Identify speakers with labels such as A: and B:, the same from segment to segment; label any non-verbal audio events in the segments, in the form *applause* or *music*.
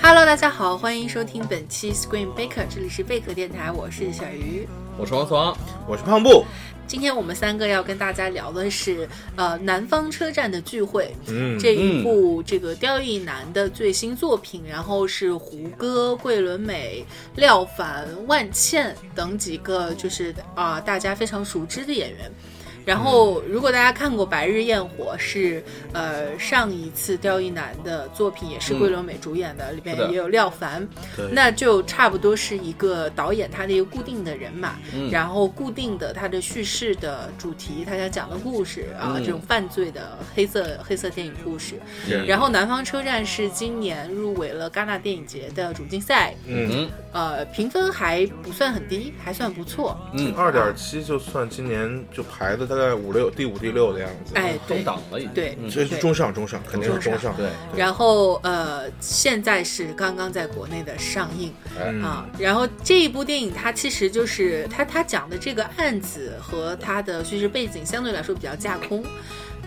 A: Hello，大家好，欢迎收听本期 Screen Baker，这里是贝壳电台，我是小鱼。
B: 我是王思王，
C: 我是胖布，
A: 今天我们三个要跟大家聊的是，呃，南方车站的聚会。
B: 嗯
A: 这一部这个刁亦男的最新作品，然后是胡歌、桂纶镁、廖凡、万茜等几个就是啊、大家非常熟知的演员。然后，如果大家看过《白日焰火》是，呃上一次刁亦男的作品，也是桂纶镁主演的，里面
B: 嗯是的
A: 也有廖凡，
C: 对
A: 那就差不多是一个导演他的一个固定的人马，
B: 嗯
A: 然后固定的他的叙事的主题，他想讲的故事啊，
B: 嗯
A: 这种犯罪的黑色黑色电影故事。
B: 是
A: 然后南方车站是今年入围了戛纳电影节的主竞赛，
B: 嗯
A: 呃，评分还不算很低，还算不错。
B: 嗯，
C: 二点七就算今年就排的大概五六第五第六的样子，
A: 哎，
B: 中
A: 对
B: 档了已经，
A: 对
B: 嗯
C: 所以是中上中上，肯定是中上，
B: 对，
A: 然后呃，现在是刚刚在国内的上映
C: 嗯
A: 啊。然后这一部电影它其实就是它它讲的这个案子和它的叙事背景相对来说比较架
C: 嗯
A: 空，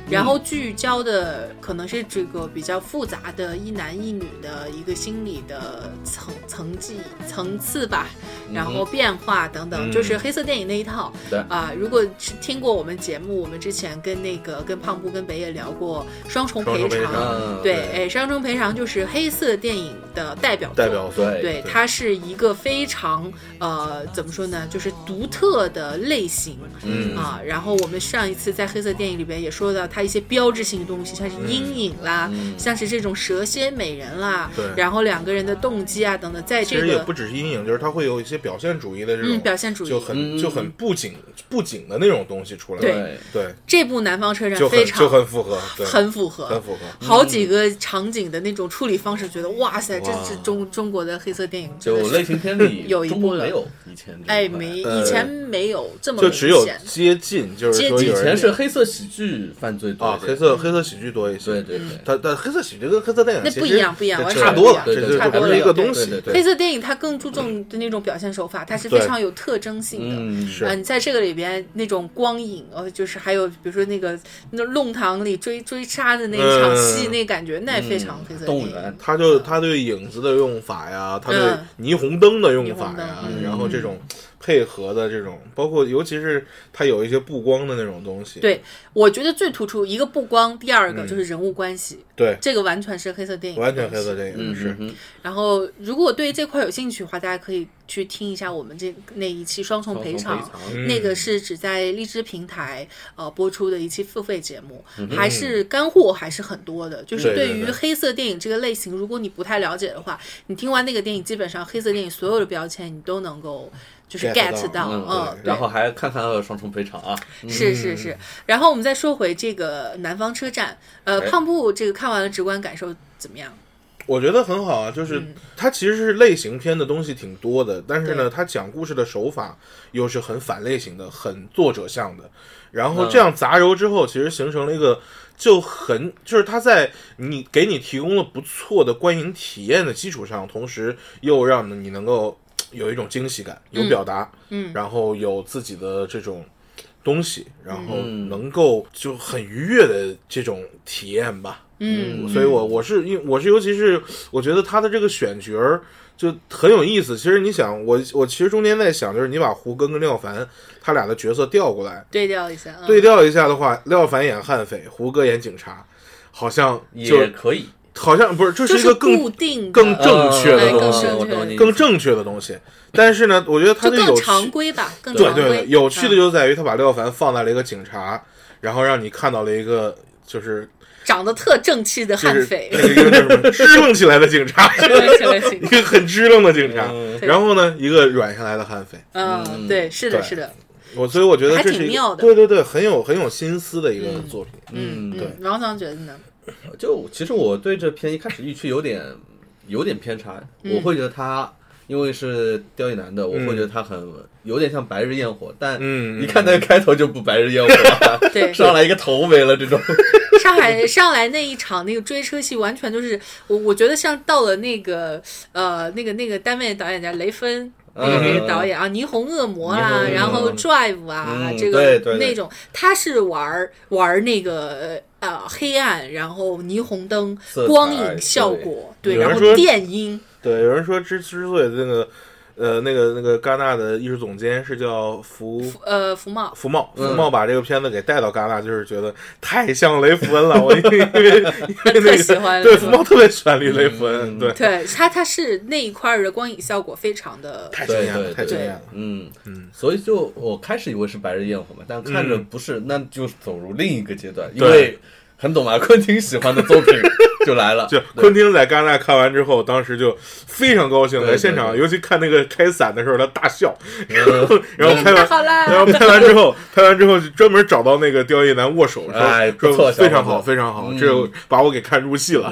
A: 然后聚焦的可能是这个比较复杂的一男一女的一个心理的层层级层次吧，然后变化等等，
C: 嗯
A: 就是黑色电影那一套。
B: 对
A: 啊，如果是听过我们节目，我们之前跟那个跟胖布跟北野聊过双重
C: 双
A: 赔
C: 重赔
A: 偿
C: 偿。
B: 嗯
A: 对，哎，伤中赔偿就是黑色电影的代表作
C: 代表作
B: 对
A: 对，它是一个非常呃，怎么说呢，就是独特的类型，
B: 嗯
A: 啊。然后我们上一次在黑色电影里边也说到它一些标志性的东西，像是阴影啦，
B: 嗯
A: 像是这种蛇蝎美人啦，
C: 对
A: 然后两个人的动机啊等等，在
C: 其
A: 这
C: 实也
A: 个
C: 不只是阴影，就是它会有一些表现主义的这种
A: 嗯表现主义
C: 就
B: 嗯
C: 很就很布景布景的那种东西出来，
A: 对
C: 对，
A: 这部南方车站
C: 就
A: 非
C: 很
A: 常
C: 就很符合，对，
A: 很符合，
C: 很符合
A: 好几个场景的那种处理方式，觉得哇塞，这是中中国的黑色电影，真的
B: 就是类型片里
A: 有一
B: 中国
A: 部了
B: 没 *laughs* 有以前这
A: 哎，
B: 一块
A: 没，
C: 呃
A: 以前没有这么
C: 就只有
A: 明显
C: 接近，就是说
A: 接
B: 以
C: 有
A: 近
C: 人
B: 前是黑色喜剧犯罪多
C: 啊
B: 一，点
C: 黑色黑色喜剧多一些，
B: 对对对，
C: 它但黑色喜剧跟黑色电影
A: 那
C: 其
A: 不
C: 实
A: 一样不一样
C: 这
A: 完全
C: 差
A: 不一
C: 多
A: 样
C: 了，这
B: 对
C: 这
B: 差
C: 这
B: 多
C: 不是一
B: 了
C: 个
B: 对
C: 东
B: 对
C: 西
B: 对，对
A: 黑色电影它更注重的那种表现手法，它是非
C: 对
A: 常有特征性的。
B: 嗯
C: 是
A: 啊，你在这个里边那种光影，呃，就是还有比如说那个那弄堂里追追杀的那一场戏，
C: 嗯
A: 那感觉那也非常黑色电
B: 动
A: 影
B: 物园，
C: 他就他对影子的用法呀，他对
A: 嗯
C: 霓虹灯的用法呀，
A: 霓虹灯嗯
C: 然后这种配合的这种，包括尤其是他有一些布光的那种东西，
A: 对，我觉得最突出一个不光，第二个就是人物关系，
C: 对，
A: 这个完全是黑色电影，
C: 嗯完全黑色。电影
B: 嗯
C: 是，
B: 嗯
A: 然后，如果对这块有兴趣的话，大家可以去听一下我们这那一期双重
B: 双重
A: 赔
B: 赔
A: 偿，嗯
B: 偿
C: 嗯
A: 那个是只在荔枝平台呃播出的一期付费节目，还是干货还是很多的。就是
C: 嗯对对
A: 于
C: 对
A: 黑色电影这个类型，如果你不太了解的话，你听完那个电影，基本上黑色电影所有的标签你都能够就是
C: get
A: get
C: 到
A: 到，
B: 嗯
A: 嗯，，对
B: 然后还看看呃双重赔偿啊，
A: 是是
C: 嗯
A: 是。然后我们再说回这个南方车站，呃，
B: 哎
A: 胖布这个看完了直观感受怎么样？
C: 我觉得很好啊，就是它其实是类型片的东西挺多的，但是
A: 嗯对
C: 呢，它讲故事的手法又是很反类型的，很作者向的。然
A: 嗯
C: 后这样杂糅之后，其实形成了一个就很就是它在你给你提供了不错的观影体验的基础上，同时又让你能够嘖有一种惊喜感，有表达，
A: 嗯
C: 然后有自己的这种东西，然后
B: 嗯
C: 能够就很愉悦的这种体验吧。
A: 嗯
C: 所以我我是因我是尤其是我觉得他的这个选角儿就很有意思。其实你想，我我其实中间在想，就是你把胡歌跟廖凡他俩的角色调过来
A: 对调一下，嗯、
C: 对调一下的话，廖凡演悍匪，胡歌演警察，好像就
B: 也可以，
C: 好像不是，这
A: 就是
C: 一个更
A: 固定的
C: 更正确
A: 哎
C: 的
A: 更
C: 东
A: 正
C: 西
A: 确，
B: 呃我懂你意思
C: 更正确的东西。但是呢，我觉得他
A: 就
C: 的
A: 更
C: 有趣
A: 常规吧，更
C: 对
A: 常规。
C: 对对，有趣
A: 嗯、
C: 的就在于他把廖凡放在了一个警察，然后让你看到了一个就是
A: 长得特正气的悍
C: *laughs*
A: 匪，
C: 就是那个叫
A: *laughs*
C: 什么支棱起来的警察，
A: 对对对
C: *laughs* 一个很支棱的警察，
B: 嗯
C: 然后呢，一个软下来的悍匪。
A: 嗯，对，是的，
C: 对
A: 是的，
C: 我所以我觉得
A: 还
C: 这
A: 挺
C: 是一个
A: 妙的
C: 对对对，很有很有心思的一个作品。
A: 嗯
C: 对
A: 嗯。王总觉得呢？
B: 就其实我对这片一开始预期有点有点偏差，
A: 嗯
B: 我会觉得他因为是刁亦男的，我会觉得他很有点像白日焰火，但
C: 嗯
B: 一看那个开头就不白日焰火了，
A: *laughs* 对
B: 上来一个头没了这
C: *laughs*
B: 种，
A: 上海上来那一场那个追车戏，完全就是我我觉得像到了那个呃那个那个单位导演叫雷锋。那个那个导演啊，《霓虹恶魔》啦，
B: 霓虹
A: 然后
B: 恶魔
A: Drive 啊，
B: 嗯
A: 这
B: 对
A: 个
B: 对对
A: 那种，他是玩玩那个呃黑暗，然后霓虹灯
B: 色彩
A: 光影效果，对，
C: 有人
A: 然后
C: 说
A: 电音，
C: 对，有人说之之所以那个呃那个那个戛纳的艺术总监是叫福
A: 呃，福茂，
C: 福茂，福
B: 嗯
C: 茂把这个片子给带到戛纳，就是觉得太像雷福恩了。我因为因为因为那
A: 特
C: 个
A: 喜欢
C: 对
A: 雷福
C: 福
A: 恩
C: 茂特别喜欢雷福恩，
B: 嗯
C: 对，
A: 对它它是那一块儿的光影效果非常的，
C: 太惊
B: 对
C: 讶了，
B: 对
C: 太
B: 对
C: 惊讶了。
B: 嗯嗯，所以就我开始以为是白日焰火嘛，但看着不是，那就走入另一个阶段，因
C: 嗯对
B: 为很懂嘛，昆汀喜欢的
C: *laughs*
B: 作品就来了，
C: 就昆汀在戛纳看完之后，当时就非常高兴，
B: 对
C: 在
B: 对
C: 现场，
B: 对
C: 尤其看那个拆伞的时候，他大笑，
B: 嗯
C: *laughs* 然后拍
A: 太
C: 完。
A: 好啦，
C: 然后拍完之后，拍完之后就专门找到那个刁亦男握手，说、
B: 哎不
C: 说
B: 错
C: 非
B: 小
C: 常
B: 伙子
C: 好，非常好，
B: 嗯
C: 这把我给看入戏了。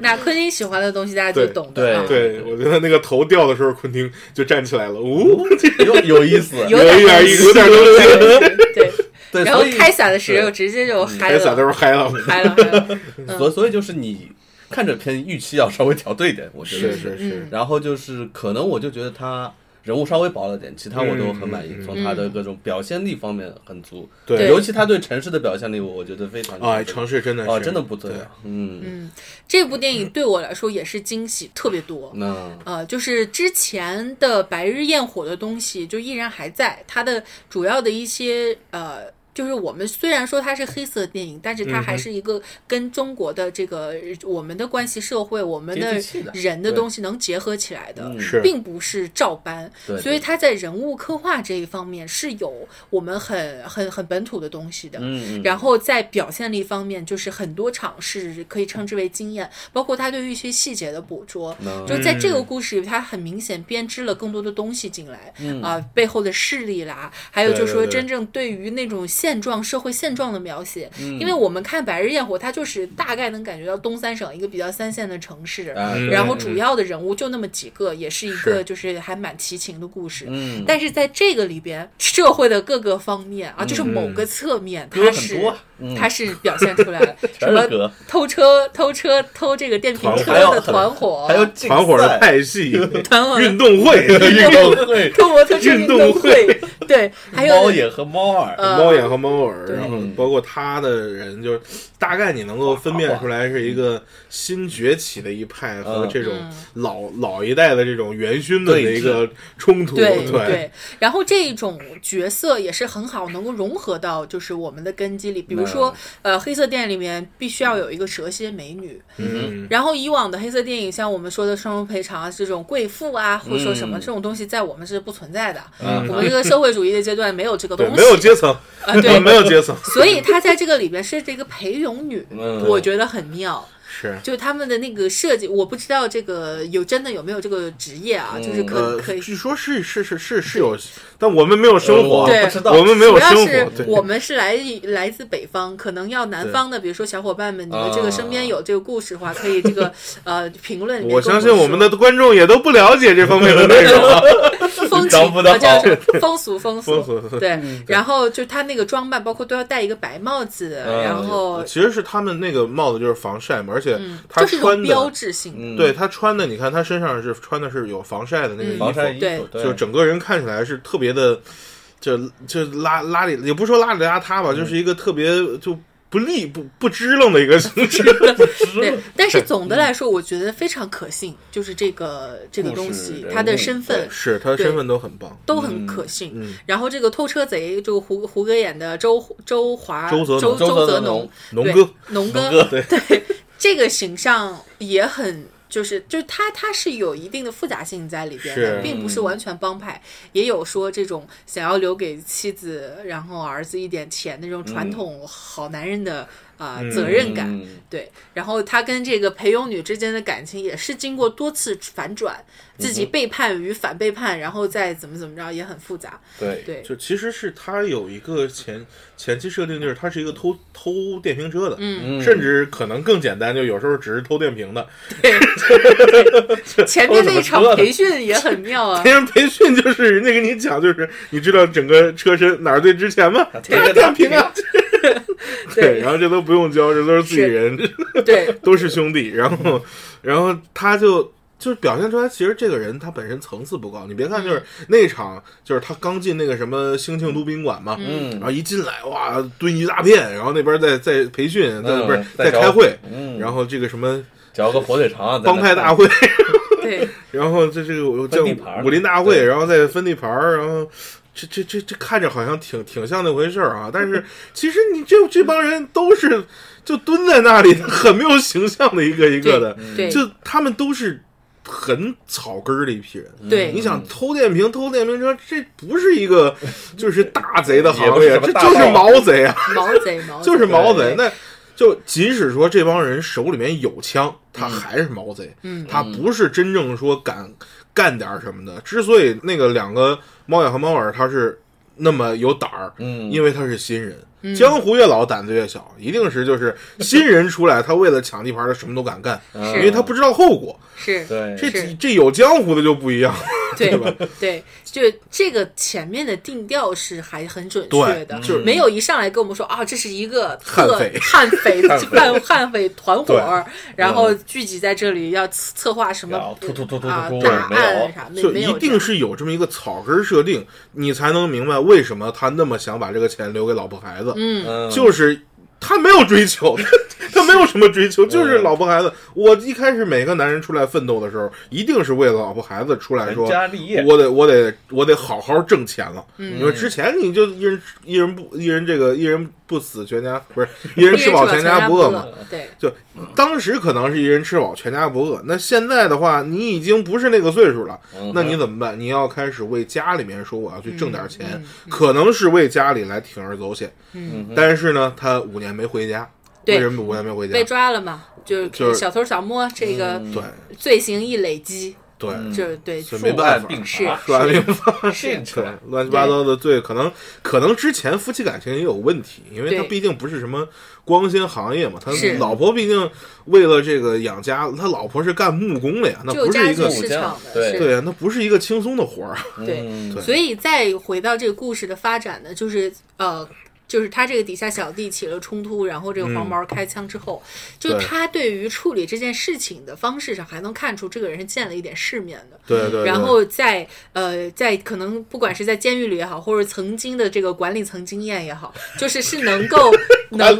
A: 那昆汀喜欢的东西大家就
C: 对
A: 懂
B: 对
A: 的啊，
C: 对，我觉得那个头掉的时候，昆汀就站起来了，呜、
B: 有有意思，
A: 有
C: 有一点意思
A: 有
C: 有点
A: 意思
C: 有
A: 对，
B: 对，
A: 然后
B: 所以
A: 开伞的时候
B: 对
A: 直接就嗨
C: 开伞的时
A: 了，
C: 候嗨了。
B: 嗯
A: 嗨了，嗯嗨了，
B: 所所以就是你看着片预期要稍微调对一点，我觉
C: 是
B: 得。
C: 是是
A: 嗯，
B: 然后就是可能我就觉得他人物稍微薄了点，其他我都很满意，
C: 嗯
B: 从他的各种表现力方面很足，
C: 对
B: 尤其他对城市的表现力，我我觉得非常
C: 啊，城市真的是
B: 啊真的不错
C: 对，，
B: 嗯，
A: 这部电影对我来说也是惊喜特别多，
B: 那
A: 呃，就是之前的白日焰火的东西就依然还在，它的主要的一些呃。就是我们虽然说它是黑色电影，但是它还是一个跟中国的这个我们的关系社会、我们
B: 接
A: 的
B: 地气的
A: 人的
C: 对
A: 东西能结合起来的，嗯
C: 是
A: 并不是照搬。
B: 对
A: 所以
B: 对
A: 它在人物刻画这一方面是有我们很很很本土的东西的。
B: 嗯嗯
A: 然后在表现力方面，就是很多场是可以称之为惊艳，包括他对于一些细节的捕捉。
B: 嗯那
A: 就在这个故事里，他很明显编织了更多的东西进来，
B: 嗯
A: 啊，背后的势力啦，还有
C: 对
A: 就
C: 对
A: 说
C: 对
A: 真正对于那种现状、社会现状的描写，因为我们看《白日焰火》，它就是大概能感觉到东三省一个比较三线的城市，
B: 啊
C: 嗯
A: 然后主要的人物就那么几个，也是一
C: 是
A: 个就是还蛮齐秦的故事，
B: 嗯，
A: 但是在这个里边，社会的各个方面啊，就是某个侧面，它
B: 歌
A: 是
B: 很多啊，嗯
A: 它是表现出来
B: *laughs*
A: 了，什
B: 全
A: 么
B: 是歌，
A: 偷车、偷车、偷这个电瓶
C: 团
A: 车
B: 还有
A: 的团伙，
B: 还有竞
C: 团伙的
B: 赛
C: 派系，
A: 团伙
C: 运动
B: *laughs*
C: 会，
B: 运动会，
A: 跟摩托车
C: 运
A: 运
C: 动
A: 动会，对，还有
B: 猫眼和猫耳，
A: 呃
C: 猫眼和猫耳，然后
B: 嗯
C: 包括他的人，就是大概你能够分辨出来是一个新崛起的一派和
B: 嗯
C: 这种
A: 嗯
C: 老老一代的这种元勋的
B: 对
C: 一个冲突，
A: 对
C: 对，
A: 然后这种角色也是很好能够融合到就是我们的根基里，比如说
B: 嗯
A: 呃黑色电影里面必须要有一个蛇蝎美女，
C: 嗯，
A: 然后以往的黑色电影像我们说的双重赔偿啊这种贵妇啊或者说什么
B: 嗯
A: 这种东西，在我们是不存在的，
B: 嗯
A: 我们这个社会主义的阶段没有这个东西，
C: 对，没有阶层，。
A: 啊对
C: 没有阶层，
A: 所以她在这个里边是这个陪泳女，
B: 嗯
A: 我觉得很妙。
C: 是
A: 就他们的那个设计，我不知道这个有真的有没有这个职业啊，就是可
C: 呃
A: 可以，。
C: 据说是是是是是有，但我们没有生活，
A: 对
B: 我不知道，
C: 我们没有
A: 主要
C: 生
A: 是
C: 活，对，
A: 我们是来来自北方，可能要南方的，比如说小伙伴们，你
C: 啊
A: 们这个身边有这个故事的话，可以这个呃评论里面跟
C: 我相信
A: 说
C: 我们的观众也都不了解这方面的内容啊，
A: 风情
B: 找不到
A: 啊叫什么风俗风俗
C: 风俗
A: 对，然后就他那个装扮，包括都要戴一个白帽子，
B: 嗯
A: 然后
C: 其实是他们那个帽子就是防晒嘛，而且他
A: 就是一种
C: 穿
A: 标
C: 的，
A: 志性的。
B: 嗯
C: 对他穿的，你看他身上是穿的是有防晒的那个
A: 嗯
C: 衣服，
B: 防晒衣
A: 对
B: 服，对
C: 就整个人看起来是特别的，就就邋邋里，也不是说邋里邋遢吧，就是一个特别就不利不不支棱的一个形式。
A: 对，但是总的来说，我觉得非常可信，就是这个这个
B: 故
A: 东
B: 事
A: 西
B: 人，
A: 他的
B: 物
A: 身份
C: *laughs* 是他的身份都很棒，
A: 都很可信。
C: 嗯
A: 然后这个偷车贼，就胡胡歌演的周周华
C: 周泽农
A: 周
B: 周泽
A: 泽
B: 农
A: 农
C: 农
A: 对
C: 哥
A: 农
B: 龙
A: 哥
B: 哥，对，
A: *laughs* 这个形象也很。就是，就是他，他是有一定的复杂性在里边的，
C: 是
A: 并不是完全帮派，也有说这种想要留给妻子，然后儿子一点钱那种传统好男人的啊、
C: 嗯
A: 责任感，
B: 嗯
A: 对，然后他跟这个陪泳女之间的感情也是经过多次反转，自己背叛与反背叛，然后再怎么怎么着也很复杂。
B: 对
A: 对，
C: 就其实是他有一个前前期设定，就是他是一个偷偷电瓶车的，
A: 嗯
C: 甚至可能更简单，就有时候只是偷电瓶的。
A: 前面那一
B: 偷什
A: 场
B: 么车呢
A: 培训也很妙啊
C: *laughs* 别，人培训就是人家给你讲，就是你知道整个车身哪儿最值钱吗？
B: 对
C: 就是 *laughs* 电瓶啊，
A: 对
C: 然后这都不用教，这都是自己人，
A: 对
B: 嗯
C: *laughs* 都是兄弟。然后，然后他就就是表现出来，其实这个人他本身层次不高。你别看就是
B: 嗯
C: 那场，就是他刚进那个什么兴庆都宾馆嘛，
B: 嗯
C: 然后一进来哇蹲一大片，然后那边在在培训，在那边
B: 在
C: 在开会，
B: 嗯
C: 然后这个什么
B: 嚼个火腿肠，在那
C: 帮派大会，
A: 对，
C: 然后这这个叫
B: 分地盘儿
C: 武林大会，
B: 对
C: 然后再分地盘儿，然后这这这这看着好像挺挺像那回事儿啊，
B: *laughs*
C: 但是其实你这这帮人都是就蹲在那里，很没有形象的一个一个的，
B: 嗯
A: 对
C: 就他们都是很草根儿的一批人。
A: 嗯对
C: 你想偷电瓶、偷电瓶车，这不是一个就是大贼的行
B: 嗯也不是
C: 业，
B: 什么
C: 这
B: 大
C: 就是
B: 盗
C: 毛贼啊，
A: 毛贼毛贼
C: 就是毛贼
A: 哦对。
C: 那就即使说这帮人手里面有枪，他还是毛贼。
A: 嗯
C: 他不是真正说敢干点儿什么的。之所以那个两个猫眼和猫耳他是那么有胆儿，
B: 嗯
C: 因为他是新人。
A: 嗯
C: 江湖越老胆子越小，一定是就是新人出来，他为了抢地盘，他什么都敢干，
B: 嗯
C: 因为他不知道后果。
A: 是
B: 对
C: 这
A: 嗯是
C: 这有江湖的就不一样，
A: 对对，就这个前面的定调是还很准确
C: 对
A: 的，
C: 就是
A: 没有一上来跟我们说啊，这是一个特
C: 悍匪
A: 悍匪
B: 悍匪
A: 悍悍匪团伙
C: 对
A: 儿，然后聚集在这里要策策划什
B: 要
A: 么
B: 突突突突
A: 啊
B: 突突
A: 大
B: 没有
A: 案啥，没
C: 就
A: 没
C: 一
A: 有这
C: 定
A: 样
C: 是有这么一个草根设定，你才能明白为什么他那么想把这个钱留给老婆孩子。
A: 嗯
B: 嗯
C: 就是他没有追求， *laughs* 他没有什么追求，就是老婆孩子。我一开始每个男人出来奋斗的时候，一定是为了老婆孩子出来
B: 成
C: 说，
B: 家立业，
C: 我得我得我得好好挣钱了。你说之前你就一人一人不一人这个一人不死全家 *laughs* 不是一人
A: 一人
C: 吃饱全
A: 家
C: 不
A: 饿
C: 饿嘛？，
A: 对
C: 就当时可能是一人吃饱全家不饿，那现在的话，你已经不是那个岁数了，
B: 嗯哼
C: 那你怎么办？你要开始为家里面说我要去挣点钱，嗯可能是为家里来铤而走险。
A: 嗯
C: 但是呢，他五年没回家，
A: 对
C: 为什么五年没回家
A: 被？抓了嘛，就
C: 就是
A: 小偷小摸这个
C: 对
A: 罪行一累积，
C: 对，
A: 就是对，
C: 所以
A: 触
C: 没办
B: 触
C: 法
B: 犯，并
A: 是
B: 罚
C: 说完了
B: 是
C: 对， *laughs* 乱七八糟的罪，可能可能之前夫妻感情也有问题，因为他
A: 对
C: 毕竟不是什么光鲜行业嘛，他
A: 是
C: 老婆毕竟为了这个养家，他老婆是干木工的呀，那
A: 就
C: 不
A: 家
C: 是一
A: 具
C: 个
B: 是
A: 市场的，
B: 对
A: 是
C: 对呀，那不是一个轻松的活儿啊，
A: 对
B: 嗯
C: 对
A: 所以再回到这个故事的发展呢，就是呃。就是他这个底下小弟起了冲突，然后这个黄毛开枪之后，就
C: 嗯对
A: 他对于处理这件事情的方式上，还能看出这个人是见了一点世面的。
C: 对对对，
A: 然后在呃，在可能不管是在监狱里也好，或者曾经的这个管理层经验也好，就是是能
C: *laughs*
A: 够能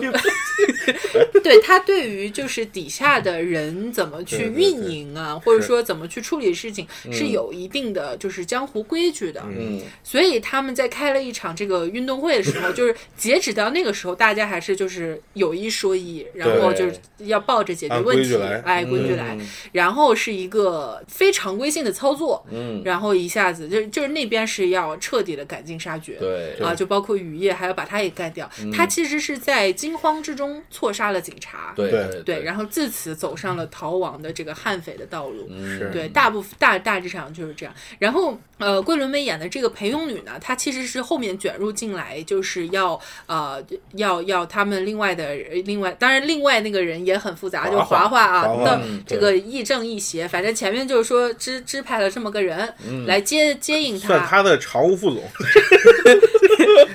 A: 对他对于就是底下的人怎么去
C: 对对嗯
A: 运
C: 对
A: 营啊，或者说怎么去处理事情，是有一定的就是江湖规矩的。
B: 嗯
A: 所以他们在开了一场这个运动会的时
C: *laughs*
A: 候，就是截止到那个时候，大家还是就是有一说一，然后就是要抱着解决问题，
C: 按规矩来
A: 哎，规矩
B: 嗯
A: 来，然后是一个非常规性的操作，
B: 嗯
A: 然后一下子就就是那边是要彻底的赶尽杀绝，
B: 对
A: 啊，就包括雨夜还要把他也干掉，
C: 嗯
A: 他其实是在惊慌之中错杀了警察，
B: 对
C: 对
A: 对，然后自此走上了逃亡的这个悍匪的道路，
C: 是
A: 对，大部分大大致上就是这样。然后，呃，桂纶镁演的这个裴勇女呢，她其实是后面卷入进来，就是要呃要要他们另外的呃另外，当然另外那个人也很复杂，
C: 华
A: 就华
C: 华
A: 华啊
C: 华，华
A: 那
C: 嗯
A: 这个亦正亦邪，反正前面就是说支支派了这么个人、来接接应
C: 嗯算
A: 他，
C: 他的常务副总，
A: *laughs*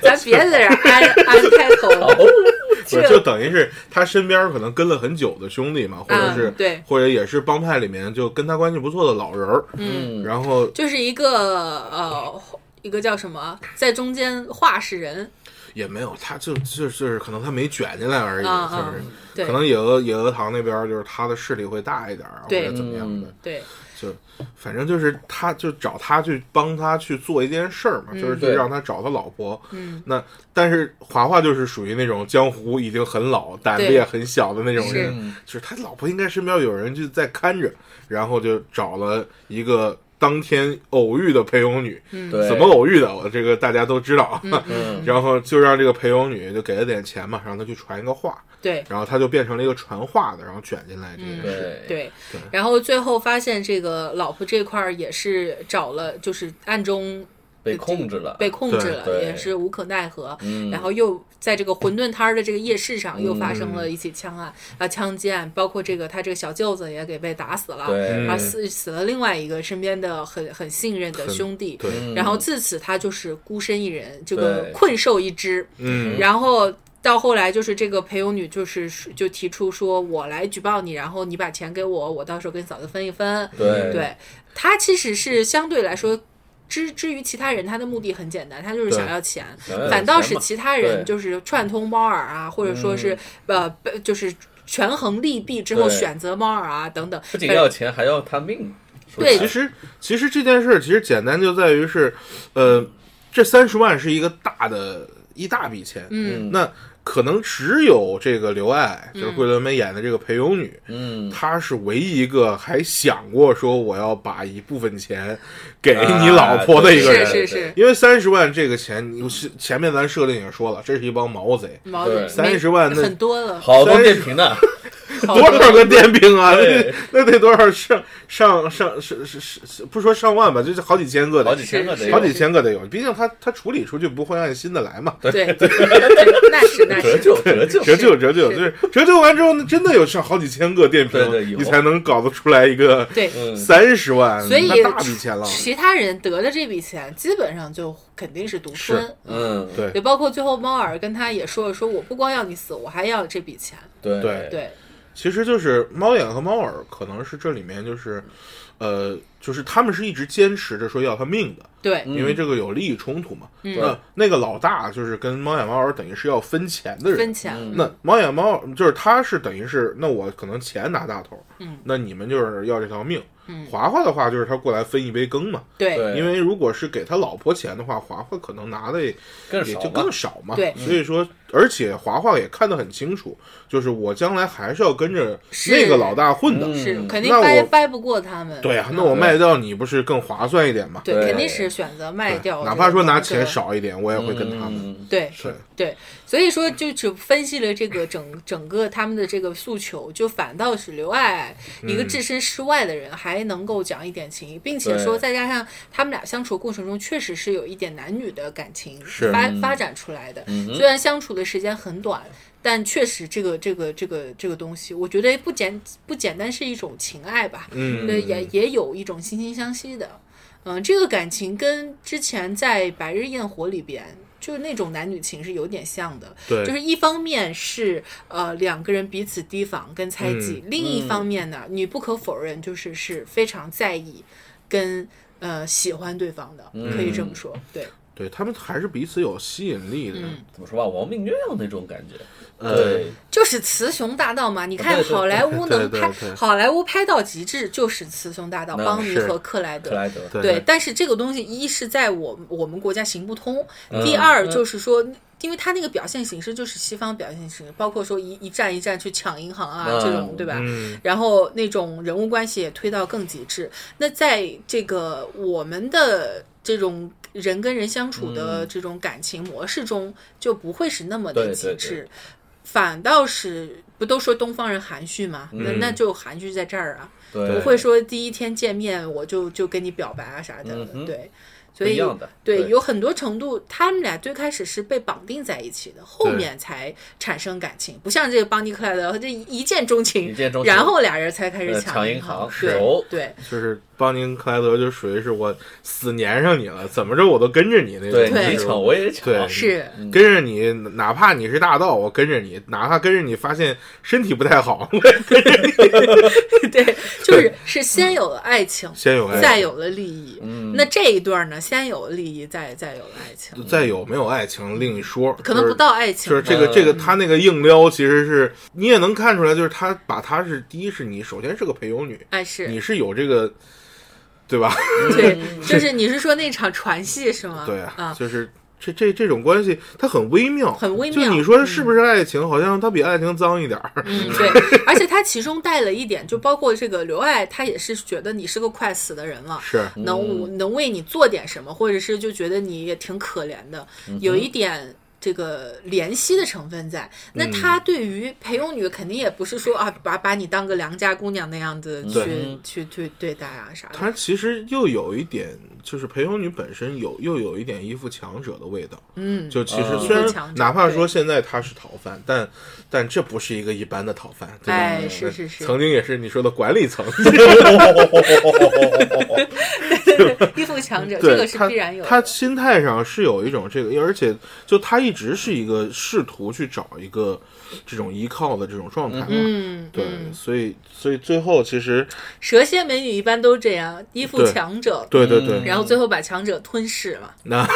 A: 咱别在这儿安安开口了，这
C: 不是就等于是他身边可能跟了很久的兄弟嘛，或者是、
A: 嗯对
C: 或者也是帮派里面就跟他关系不错的老人儿，嗯，然后
A: 就是一个呃一个叫什么，在中间话事人。
C: 也没有，他就就就是可能他没卷进来而已，
A: 啊
C: 就
A: 啊
C: 是。
A: 对
C: 可能野鹅野鹅塘那边就是他的势力会大一点啊，或
A: 对嗯
C: 者怎么样的，
A: 对，
C: 就反正就是他就找他去帮他去做一件事儿嘛，
A: 嗯
C: 就是去
B: 对
C: 让他找他老婆。嗯，那但是华华就是属于那种江湖已经很老、胆子
A: 对
C: 也很小的那种
A: 是
C: 人，就是他老婆应该身边有人就在看着，然后就找了一个。当天偶遇的裴勇女，
B: 对
C: 怎么偶遇的？我这个大家都知道啊。
B: 嗯
C: *laughs* 然后就让这个裴勇女就给了点钱嘛，让她去传一个话，
A: 对
C: 然后她就变成了一个传话的，然后卷进来这
B: 嗯
C: 件事。
B: 对
A: 对，然后最后发现这个老婆这块儿也是找了，就是暗中
B: 被控制了，
A: 被控制了，
B: 啊对
A: 也是无可奈何。
B: 嗯
A: 然后又在这个馄饨摊儿的这个夜市上又发生了
B: 嗯
A: 一起枪案、啊，枪击案，包括这个他这个小舅子也给被打死了，
B: 对嗯
C: 嗯
A: 啊死死了另外一个身边的很很信任的兄弟，
C: 对，
A: 然后自此他就是孤身一人，这个
B: 嗯对
A: 困兽一只，
C: 嗯，
A: 然后到后来就是这个陪游女就是就提出说我来举报你，然后你把钱给我，我到时候跟嫂子分一分。
B: 对
A: 嗯对，她其实是相对来说。至至于其他人，他的目的很简单，他就是想要钱，
B: 想要有
A: 反倒
B: 钱
A: 是
B: 嘛
A: 其他人
B: 对嗯
A: 就是串通猫耳啊，或者说是、呃被，就是权衡利弊之后
B: 对
A: 选择猫耳啊等等。
B: 不仅要钱，还要他命。说
A: 对
B: 起
C: 其
B: 来
C: 实其实这件事儿其实简单就在于是，呃，这三十万是一个大的一大笔钱，
A: 嗯
C: 那可能只有这个刘爱，就是桂纶镁演的这个陪游女，
B: 嗯，
C: 她是唯一一个还想过说我要把一部分钱给哎你老婆的一个
A: 是
C: 人。
A: 是
B: 啊对
A: 是，
C: 因为三十万这个钱，你前面咱设定也说了，这是一帮毛贼，
A: 毛
B: 对
A: 没
C: 30万那
A: 很多了，
B: 好多电瓶呢，
A: 好
C: *laughs* 多少个电瓶啊？那
B: 对
C: 那得多少上上上是是是，不说上万吧，就是好几千个的，
B: 好几千个得
A: 是
B: 有
C: 好。几千个得有，毕竟他他处理出去不会按新的来嘛，
A: 对
B: *laughs*
A: 对，对那是那
B: 折
A: 是。
B: 旧，折旧，
C: 折旧折旧，
A: 是
C: 就是折旧完之后，那真的有上好几千个电瓶
B: 对对，有
C: 你才能搞得出来一个
A: 对，
B: 嗯，
C: 三十万，
A: 所以
C: 那大笔钱了，
A: 其他人得了这笔钱，基本上就肯定是独吞
C: 是。
B: 嗯，
C: 对
A: 也包括最后猫耳跟他也说了，说我不光要你死，我还要这笔钱。
B: 对
C: 对
A: 对，
C: 其实就是猫眼和猫耳，可能是这里面就是，呃，就是他们是一直坚持着说要他命的，
A: 对，
B: 嗯
C: 因为这个有利益冲突嘛。
A: 嗯
C: 那那个老大就是跟猫眼猫耳等于是要分钱的人
A: 分，钱。
B: 嗯
C: 那猫眼猫耳就是他是等于是那我可能钱拿大头，
A: 嗯，
C: 那你们就是要这条命。
A: 嗯
C: 华华的话就是他过来分一杯羹嘛，
A: 对
B: 对，
C: 因为如果是给他老婆钱的话，华华可能拿的也
B: 更
C: 也
B: 少嘛
C: 就更少嘛。
A: 对嗯
C: 所以说，而且华华也看得很清楚，就是我将来还是要跟着
A: 是
C: 那个老大混的。
B: 嗯
A: 是
B: 嗯
A: 肯定
C: 那
A: 掰
C: 我
A: 掰不过他们。嗯
C: 对啊，那我卖掉你不是更划算一点吗？
A: 对
B: 对
A: 肯定是选择卖掉，
C: 哪怕说拿
A: 这
C: 钱
A: 个。
C: 少一点，我也会跟他们。
B: 嗯
A: 对，
C: 是，
A: 对，所以说就只分析了这个整整个他们的这个诉求，就反倒是刘爱一个置身事外的人，还能够讲一点情义，并且说
B: 对
A: 再加上他们俩相处过程中，确实是有一点男女的感情
C: 是
A: 发发展出来的。
B: 嗯哼
A: 虽然相处的时间很短，但确实这个这个这个这个东西，我觉得不简不简单是一种情爱吧，
C: 嗯
A: 对，也也有一种惺惺相惜的。嗯，这个感情跟之前在《白日焰火》里边。就是那种男女情是有点像的，
C: 对
A: 就是一方面是呃两个人彼此提防跟猜忌，
C: 嗯
A: 另一方面呢，你不可否认就是是非常在意跟呃喜欢对方的，
C: 嗯
A: 可以这么说，对，
C: 对他们还是彼此有吸引力的。
A: 嗯
B: 怎么说吧，王命鸳鸯那种感觉，
C: 呃
B: 对，
A: 就是雌雄大盗嘛。你看
B: 对对
A: 好莱坞
C: 对
A: 能
C: 对
A: 拍
C: 对
A: 好莱坞拍到极致，就是雌雄大盗
B: 那
A: 邦尼
C: 是
A: 和克莱德
B: 克。莱德，
C: 对
A: 对，但是这个东西一是在我们我们国家行不通，
B: 嗯
A: 第二就是说。因为他那个表现形式就是西方表现形式，包括说一一站一站去抢银行啊、
B: 嗯
A: 这种，对吧？
C: 嗯
A: 然后那种人物关系也推到更极致。那在这个我们的这种人跟人相处
B: 嗯
A: 的这种感情模式中，就不会是那么的
B: 对
A: 极
B: 对
A: 致，反倒是不都说东方人含蓄吗？那
C: 嗯
A: 那就含蓄在这儿啊。
B: 对，
A: 不会说第一天见面我就就跟你表白啊啥的
B: 嗯，哼
A: 对，所
B: 不一
A: 以
B: 样的，
A: 对有很多程度，他们俩最开始是被绑定在一起的，后
C: 对
A: 面才产生感情，不像这个邦尼克莱德这一见钟
B: 一
A: 情，
B: 见钟情，
A: 然后俩人才开始
B: 呃抢
A: 银
B: 银行
A: 对
B: 手
A: 对
C: 就是邦宁克莱德就属于是我死粘上你了，怎么着我都跟着你那种。
A: 对
B: 你
C: 就是
B: 抢我也抢，
C: 对
A: 是，
C: 跟着你，哪怕你是大盗，我跟着你；哪怕跟着你发现身体不太好，我也
A: 对，就是是先有了爱情，
C: 先有爱情，
A: 再有了利益。那这一段呢，先有了利益，再再有了爱情，
C: 再有没有爱情另一说，
A: 可能
C: 就
A: 不
C: 是
A: 到爱情
C: 嗯就
A: 吧，
C: 是这个
B: 嗯
C: 这个他那个硬撩，其实是你也能看出来，就是他把他是第一是你首先是个陪游女，
A: 爱哎是
C: 你是有这个对吧？
A: 对，就是你是说那场船戏是吗？
C: 对
A: 啊，
C: 就是这这这种关系，它很微妙，
A: 很微
C: 就
A: 妙
C: 你说是不是爱情？好像它比爱情脏一点儿。 *laughs*
A: 嗯，对，而且他其中带了一点，就包括这个刘爱，他也是觉得你是个快死的人了，
C: 是，嗯
A: 能能为你做点什么，或者是就觉得你也挺可怜的，
C: 嗯
A: 有一点。这个怜惜的成分在，那他
C: 嗯
A: 对于陪佣女肯定也不是说啊，把把你当个良家姑娘那样子
C: 嗯
A: 去
B: 对
A: 去去对待啊啥的，
C: 它其实又有一点，就是陪游女本身有又有一点依附强者的味道。
A: 嗯，
C: 就其实
B: 嗯
C: 虽
A: 依附强
C: 然
A: 者
C: 哪怕说现在他是逃犯，但但这不是一个一般的逃犯，对
A: *laughs*
C: 吧？
A: 哎，是是是，
C: 曾经也是你说的管理层，
A: 依附强者，
C: 嗯对
A: 这个是
C: 他
A: 必然有的。
C: 他嗯心态上是有一种这个，而且就他一直是一个试图去找一个这种依靠的这种状态嘛。
A: 嗯，
C: 对，
A: 嗯
C: 所以所以最后其实
A: 蛇蝎美女一般都这样，依附
C: 对
A: 强者，
C: 对对
B: 嗯
C: 对，
A: 然后最后把强者吞噬嘛。
C: 那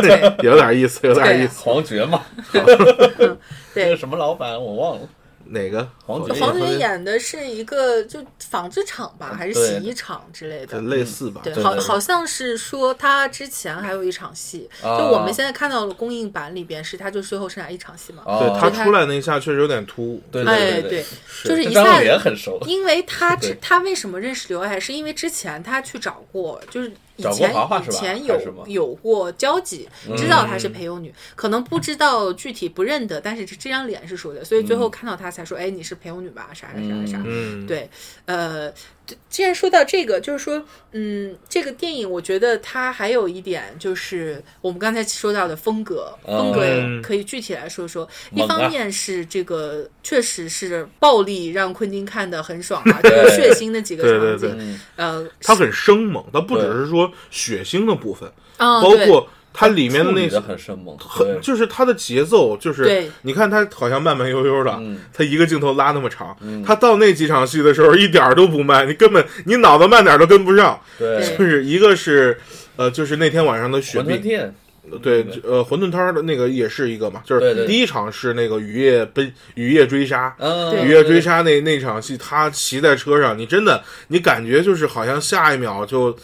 A: 对
C: *laughs* 有点意思，有点
A: 对
C: 意
A: 啊
C: 思。
B: *laughs* 黄觉嘛，那个
A: *laughs* 对，
B: 什么老板我忘了，
C: 哪个？
B: 黄
C: 觉
B: 觉
A: 黄觉演的是一个就纺织厂吧，还是洗衣厂之类的。
C: 类似吧？
A: 嗯对，
B: 对
A: 好，
B: 对对
A: 好像是说他之前还有一场戏，就
B: 啊
A: 我们现在看到的公映版里边是他就最后剩下一场戏嘛。
C: 对
B: 哦
C: 他
A: 就他
C: 出来那一下确实有点突兀。
B: 对
A: 哎，
B: 对
A: 对
B: 对对，
A: 就是
B: 跟
A: 一
B: 张
A: 下
B: 伟也很熟，
A: 因为他之
B: 对
A: 他为什么认识刘爱，是因为之前他去找过，就是以
B: 找过
A: 前
B: 华华
A: 以
B: 是吧
A: 前
B: 还是吗嗯
A: 有有过交集，知道她是陪酒女，可能不知道具体不认得，但是这张脸是熟的，所以最
B: 嗯
A: 后看到她才说，哎，你是陪酒女吧？啥啥啥啥。
C: 嗯，
A: 对，呃，这既然说到这个，就是说，嗯，这个电影我觉得它还有一点就是我们刚才说到的风格，风格也
C: 嗯
A: 可以具体来说说。一
B: 猛啊
A: 方面是这个确实是暴力让昆汀看得很爽
C: *laughs*
A: 啊，这个血腥的几个
C: 对对
A: 场
C: 对
A: 景，呃，
C: 他很生猛，他不只
B: 对
C: 是说血腥的部分，
A: 啊，
C: 包
A: 对
C: 括它里面
B: 处
C: 的那
B: 理
C: 些
B: 得很生猛，
C: 很就是它的节奏，就是
A: 对
C: 你看它好像慢慢悠悠的
B: 嗯，
C: 它一个镜头拉那么长，它到那几场戏的时候一点儿都不慢，你根本你脑子慢点儿都跟不上。
B: 对
A: 对
B: 对，
C: 就是一个是，呃，就是那天晚上的雪
B: 馄饨
C: 碧，
B: 店，
C: 对
B: 对，
C: 呃，馄饨摊儿的那个也是一个嘛，就
B: 对
C: 是
B: 对
C: 第一场是那个雨夜奔雨夜追杀，
B: 嗯，
A: 对
C: 雨夜追杀那那场戏，他骑在车上，你真的，你感觉就是好像下一秒就，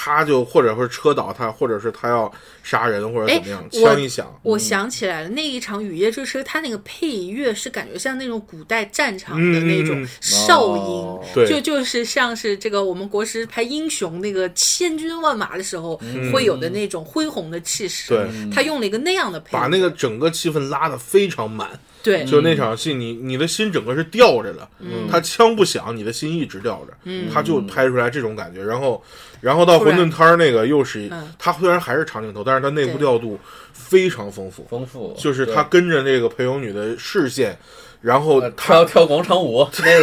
C: 他就或者是车倒他，或者是他要杀人或者怎么样，
A: 哎我
C: 枪一响，
A: 我想起来了，那一场《雨夜追车》，它那个配乐是感觉像那种古代战场的那种
C: 嗯
A: 哨音，
B: 哦
C: 对
A: 就就是像是这个我们国师拍英雄那个千军万马的时候、会有的那种恢宏的气势。
C: 嗯对
A: 他用了一个那样的配乐，
C: 把那个整个气氛拉得非常满。
A: 对
C: 就那场戏，你你的心整个是吊着的，
A: 嗯
C: 他枪不响，你的心一直吊着，他就拍出来这种感觉。然后，然后到
A: 突
C: 馄
A: 然
C: 饨摊儿那个又是一
A: 嗯，
C: 他虽然还是长镜头，但是他内部
A: 对
C: 调度非常丰富，
B: 丰富，
C: 就是他跟着这个陪酒女的视线，然后
B: 对
C: 他
B: 呃跳跳广场
C: *laughs*
B: 舞，那是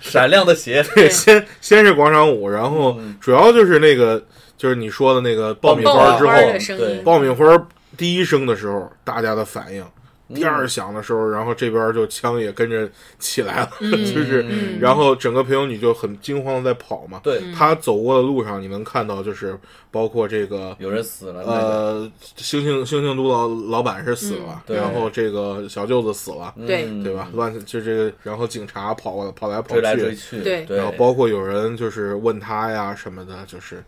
B: 闪亮的鞋，
C: 对， *laughs* 先先是广场舞，然后主要就是那个，就是你说的那个爆米
A: 爆
C: 花之
A: 米
C: 后
A: 花，
B: 儿
A: 的声音
B: 对，
C: 爆米花第一声的时候，大家的反应；
B: 嗯
C: 第二响的时候，然后这边就枪也跟着起来了， *laughs* 就是，
A: 嗯
C: 然后整个陪酒女就很惊慌的在跑嘛。
B: 对，
C: 她走过的路上，你能看到，就是包括这个
B: 有人死了，那个
C: 呃，猩猩猩猩督老老板是死了，
B: 嗯对
C: 然后这个小舅子死了，
A: 对
B: 嗯
C: 对吧？乱就这个，然后警察跑过来跑来跑
B: 追
C: 去，
B: 来追去，
A: 对
B: 对
C: 然后，包括有人就是问他呀什么的，就是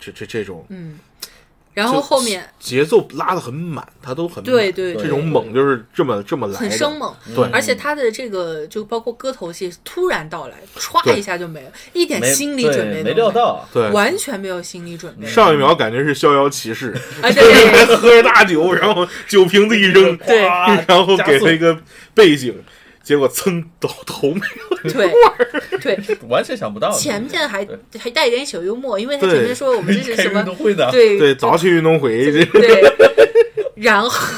C: 这这这种
A: 然后后面
C: 节奏拉得很满，他都很满
A: 对对对
C: 这种猛就是这么这么来的，
A: 很生猛，
C: 对
A: 而且他的这个就包括歌头戏突然到来，歘
C: 对
A: 一下就没了，一点
B: 没
A: 心理
B: 对
A: 准备都
B: 没料到，
C: 对。
A: 完全没有心理准备。
C: 上一秒感觉是逍遥骑士，
A: 啊，对
C: *laughs*
A: 对对，
C: 喝着大酒，然后酒瓶子一扔，
A: 对
C: 哗然后给
B: 加速
C: 了一个背景，结果噌倒头没了。 *laughs*
A: 对对，
B: 完全想不到
A: 前面还
B: 对
A: 还带一点小幽默，因为他
C: 对
A: 前面说我
B: *laughs*
A: 们这是
B: 开
A: 什
B: 运
A: 么
B: 动会呢，
A: 对
C: 对，早起运动会，这
A: 对，然
B: *laughs*
A: 后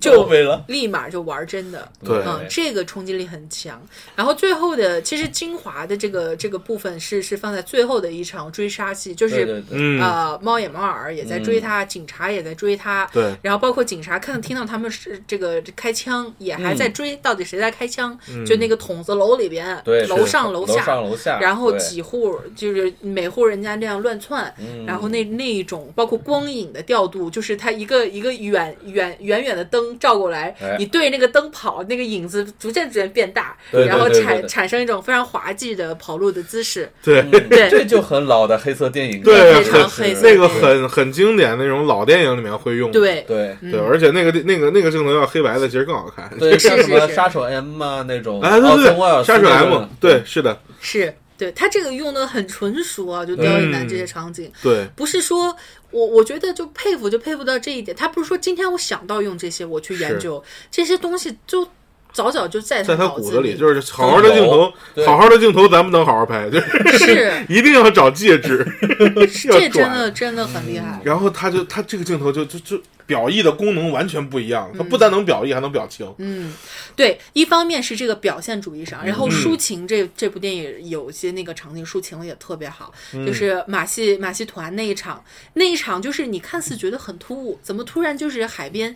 B: 就
A: 就
B: 没了，
A: 立马就玩真的。
C: 对
A: 嗯，这个冲击力很强。然后最后的，其实精华的这个这个部分是是放在最后的一场追杀戏，就是
B: 对对对，嗯
C: 嗯，
A: 呃，猫眼猫耳也在追他，警察也在追他，
C: 对
A: 然后包括警察看听到他们是这个开枪，也还
B: 嗯
A: 在追，到底谁在开枪？就那个筒子楼里边，
B: 对，
A: 楼
B: 是
A: 上楼下，
B: 上楼下，
A: 然后
B: 对
A: 几户就是每户人家这样乱窜，
B: 嗯 *laughs*
A: 然后那那一种包括光影的调度，就是它一个一个远远远远的灯照过来，
B: 哎
A: 你对着那个灯跑，那个影子逐渐逐渐变大，
B: 对对
A: 然后
B: 对对
A: 产
B: 对
A: 产生一种非常滑稽的跑路的姿势，
C: 对
A: 嗯对
B: 这就很老的黑色电影，
A: 非
C: 对，
A: 常
C: 很
A: 黑色
C: 那个很很经典那种老电影里面会用的，
A: 对
B: 对
C: 对，而且那个那个那个镜头要黑白的，其实更好看。
A: *laughs*
B: 对，像什
A: 是
B: 么
A: 是
B: 杀手 M 啊那种，
C: 哎，
B: 奥
C: 对
B: 森威尔
C: 对，
B: 斯
C: 杀手
B: 那种
C: M，对，是的，
A: 是对他这个用的很纯熟啊，
B: 嗯
A: 就刁亦男这些场景。
C: 对，
A: 不是说我我觉得就佩服就佩服到这一点，他不是说今天我想到用这些我去研究这些东西就早早就在
C: 在
A: 他
C: 他
A: 脑
C: 骨
A: 子
C: 子里，就是好好的镜头
B: 对，
C: 好好的镜头，咱们能好好拍，就是 *laughs*
A: 是
C: 一定要找
A: *laughs*
C: 戒指，要
A: 这真
C: 转
A: 的真的很厉害。
C: 然后他就他这个镜头就就就表意的功能完全不一样，他不但能表意，还能表情。
A: 嗯，对，一方面是这个表现主义上，然后抒情这、这部电影有些那个场景抒情的也特别好，嗯
C: 嗯
A: 就是马戏马戏团那一场，那一场就是你看似觉得很突兀，怎么突然就是海边。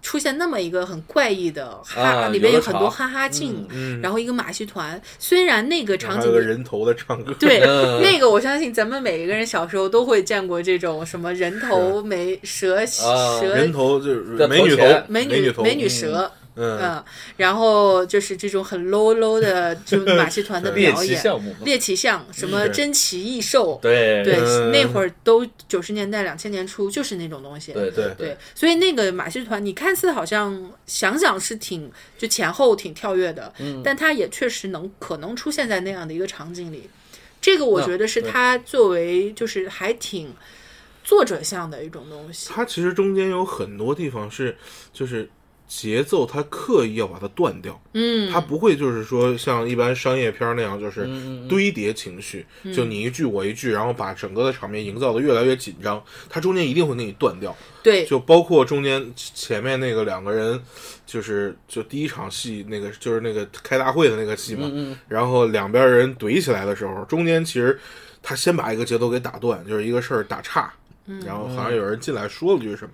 A: 出现那么一个很怪异的哈，
B: 啊
A: 里边有
B: 游乐
A: 很
B: 场
A: 多哈哈
B: 嗯
A: 镜，然后一个马戏团。虽然那个场
C: 嗯还
A: 景
C: 有个人头在唱歌，
A: 对，
B: 嗯
A: 那个我相信咱们每一个人小时候都会见过这种什么人头眉蛇
B: 啊
A: 蛇
C: 人头就是
B: 在
C: 美女
B: 头
C: 头
B: 前，
A: 美
C: 女
A: 女
C: 头，
A: 美女蛇，
C: 嗯，
A: 嗯，然后就是这种很 low low 的，就马戏
B: *laughs*
A: 团的
B: 猎
A: 表
B: 奇
A: 演，
B: 项目，
A: 猎奇项，什么
C: 是
A: 珍奇异兽，
B: 对
A: 对，
C: 嗯
A: 那会儿都九十年代、两千年初就是那种东西，
B: 对
C: 对
A: 对，所以那个马戏团，你看似好像想想是挺就前后挺跳跃的，
C: 嗯
A: 但它也确实能可能出现在那样的一个场景里。这个我
B: 那
A: 觉得是
B: 对
A: 它作为就是还挺作者向的一种东西，
C: 它其实中间有很多地方是就是。节奏，它刻意要把它断掉，
A: 嗯，
C: 它不会就是说像一般商业片儿那样，就是
B: 嗯嗯嗯
C: 堆叠情绪，就你一句我一句，然后把整个的场面营造的越来越紧张。它中间一定会给你断掉，
A: 对，
C: 就包括中间前面那个两个人，就是就第一场戏那个就是那个开大会的那个戏嘛，
B: 嗯嗯
C: 然后两边人怼起来的时候，中间其实他先把一个节奏给打断，就是一个事儿打岔，然后好像有人进来说了句什么，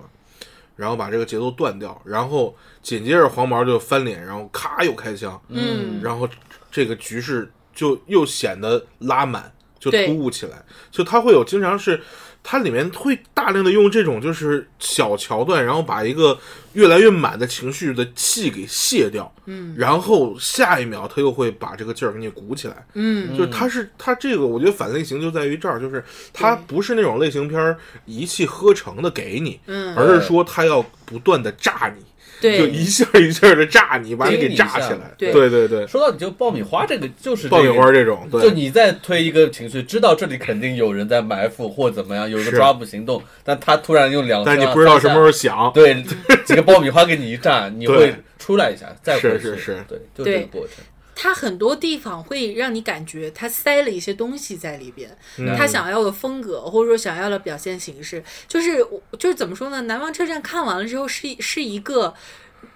C: 然后把这个节奏断掉，然后紧接着黄毛就翻脸，然后咔又开枪，
A: 嗯，
C: 然后这个局势就又显得拉满，就
A: 对
C: 突兀起来。就它会有经常是，它里面会大量的用这种就是小桥段，然后把一个越来越满的情绪的气给卸掉，嗯，然后下一秒它又会把这个劲儿给你鼓起来，
A: 嗯，
C: 就是它是它这个，我觉得反类型就在于这儿，就是它不是那种类型片儿一气呵成的给你，
A: 嗯
C: 而是说它要不断的炸你。
A: 对
C: 就一下一下的炸你，把你
B: 叮
C: 给
B: 你一
C: 炸
B: 下
C: 起来。
A: 对
C: 对对对
B: 嗯，说到底就爆米花这个就是
C: 爆米
B: 这个
C: 花这种，
B: 就
C: 对，
B: 你在推一个情绪，知道这里肯定有人在埋伏或怎么样，有一个
C: 是
B: 抓捕行动，但他突然用两枪，
C: 但你不知道什么时候响，
B: *laughs* 对几个爆米花给你一炸，你
C: 对
B: 会出来一下，再回去，
C: 是是是
B: 对，就这个过程。
A: 它很多地方会让你感觉它塞了一些东西在里边，
C: 嗯
A: 他想要的风格或者说想要的表现形式，就是我就是怎么说呢？南方车站看完了之后是一是一个，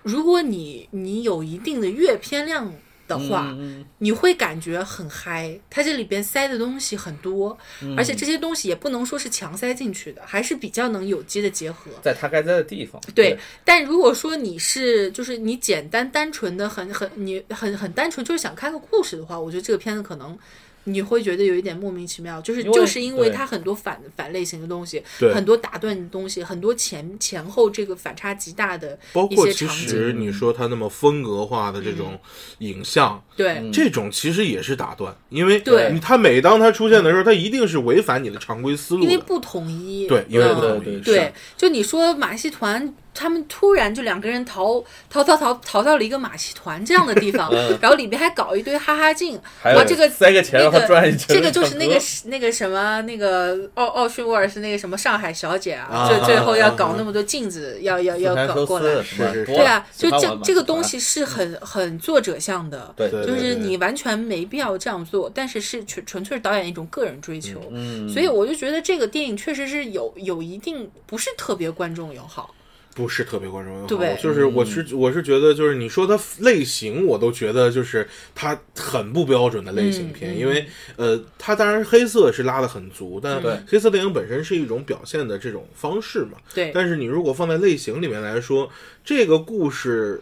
A: 如果你你有一定的阅片量的话，
B: 嗯，
A: 你会感觉很嗨，它这里边塞的东西很多，而且这些东西也不能说是强塞进去的，还是比较能有机的结合。
B: 在他该在的地方，
A: 对，但如果说你是就是你简单单纯的很很你很很单纯就是想看个故事的话，我觉得这个片子可能你会觉得有一点莫名其妙，就是
B: 因为
A: 就是因为
B: 对
A: 它很多反反类型的东西，
C: 对
A: 很多打断的东西，很多前前后这个反差极大的
C: 包
A: 一
C: 括
A: 些
C: 其
A: 场
C: 实
A: 景，嗯
C: 你说它那么风格化的这种影像，
A: 对
C: 这种其实也是打断，因为
A: 嗯对
C: 你它每当它出现的时候，它一定是违反你的常规思路
A: 因为
C: 的，
A: 不统一，
C: 对，因为不
A: 嗯
C: 同意，
B: 对对
C: 是
A: 对，就你说马戏团，他们突然就两个人逃逃逃逃逃到了一个马戏团这样的地
C: *laughs*
A: 方，
C: 嗯
A: 然后里边还搞一堆哈哈镜，
B: 还有
A: 哇，这个
B: 塞个钱让他
A: 那个
B: 转一圈
A: 这个就是那个
B: 唱歌
A: 那个什么那个奥奥逊沃尔是那个什么上海小姐啊，
B: 啊
A: 最最后要
C: 啊
A: 搞
C: 啊
A: 那么多镜子，要要要
B: 斯堪
A: 搞
B: 收
A: 过来
B: 斯，是吧
C: 是是
B: 多
A: 对啊，就
B: 喜欢玩
A: 这
B: 嘛
A: 这个东，西是很很作者向的。
B: 对
C: 对
A: 就
C: 对
A: 是
C: 对
A: 你完全没必要这样做，但是是纯纯粹是导演一种个人追求，
B: 嗯，
A: 所以我就觉得这个电影确实是有有一定不是特别观众友好，
C: 不是特别观众友好。
A: 对嗯
C: 就是我是我是觉得，就是你说它类型，我都觉得就是它很不标准的类型
A: 嗯
C: 片，
A: 嗯嗯
C: 因为呃，它当然黑色是拉的很足，但
B: 对
C: 黑色电影本身是一种表现的这种方式嘛。
A: 对，
C: 但是你如果放在类型里面来说，这个故事，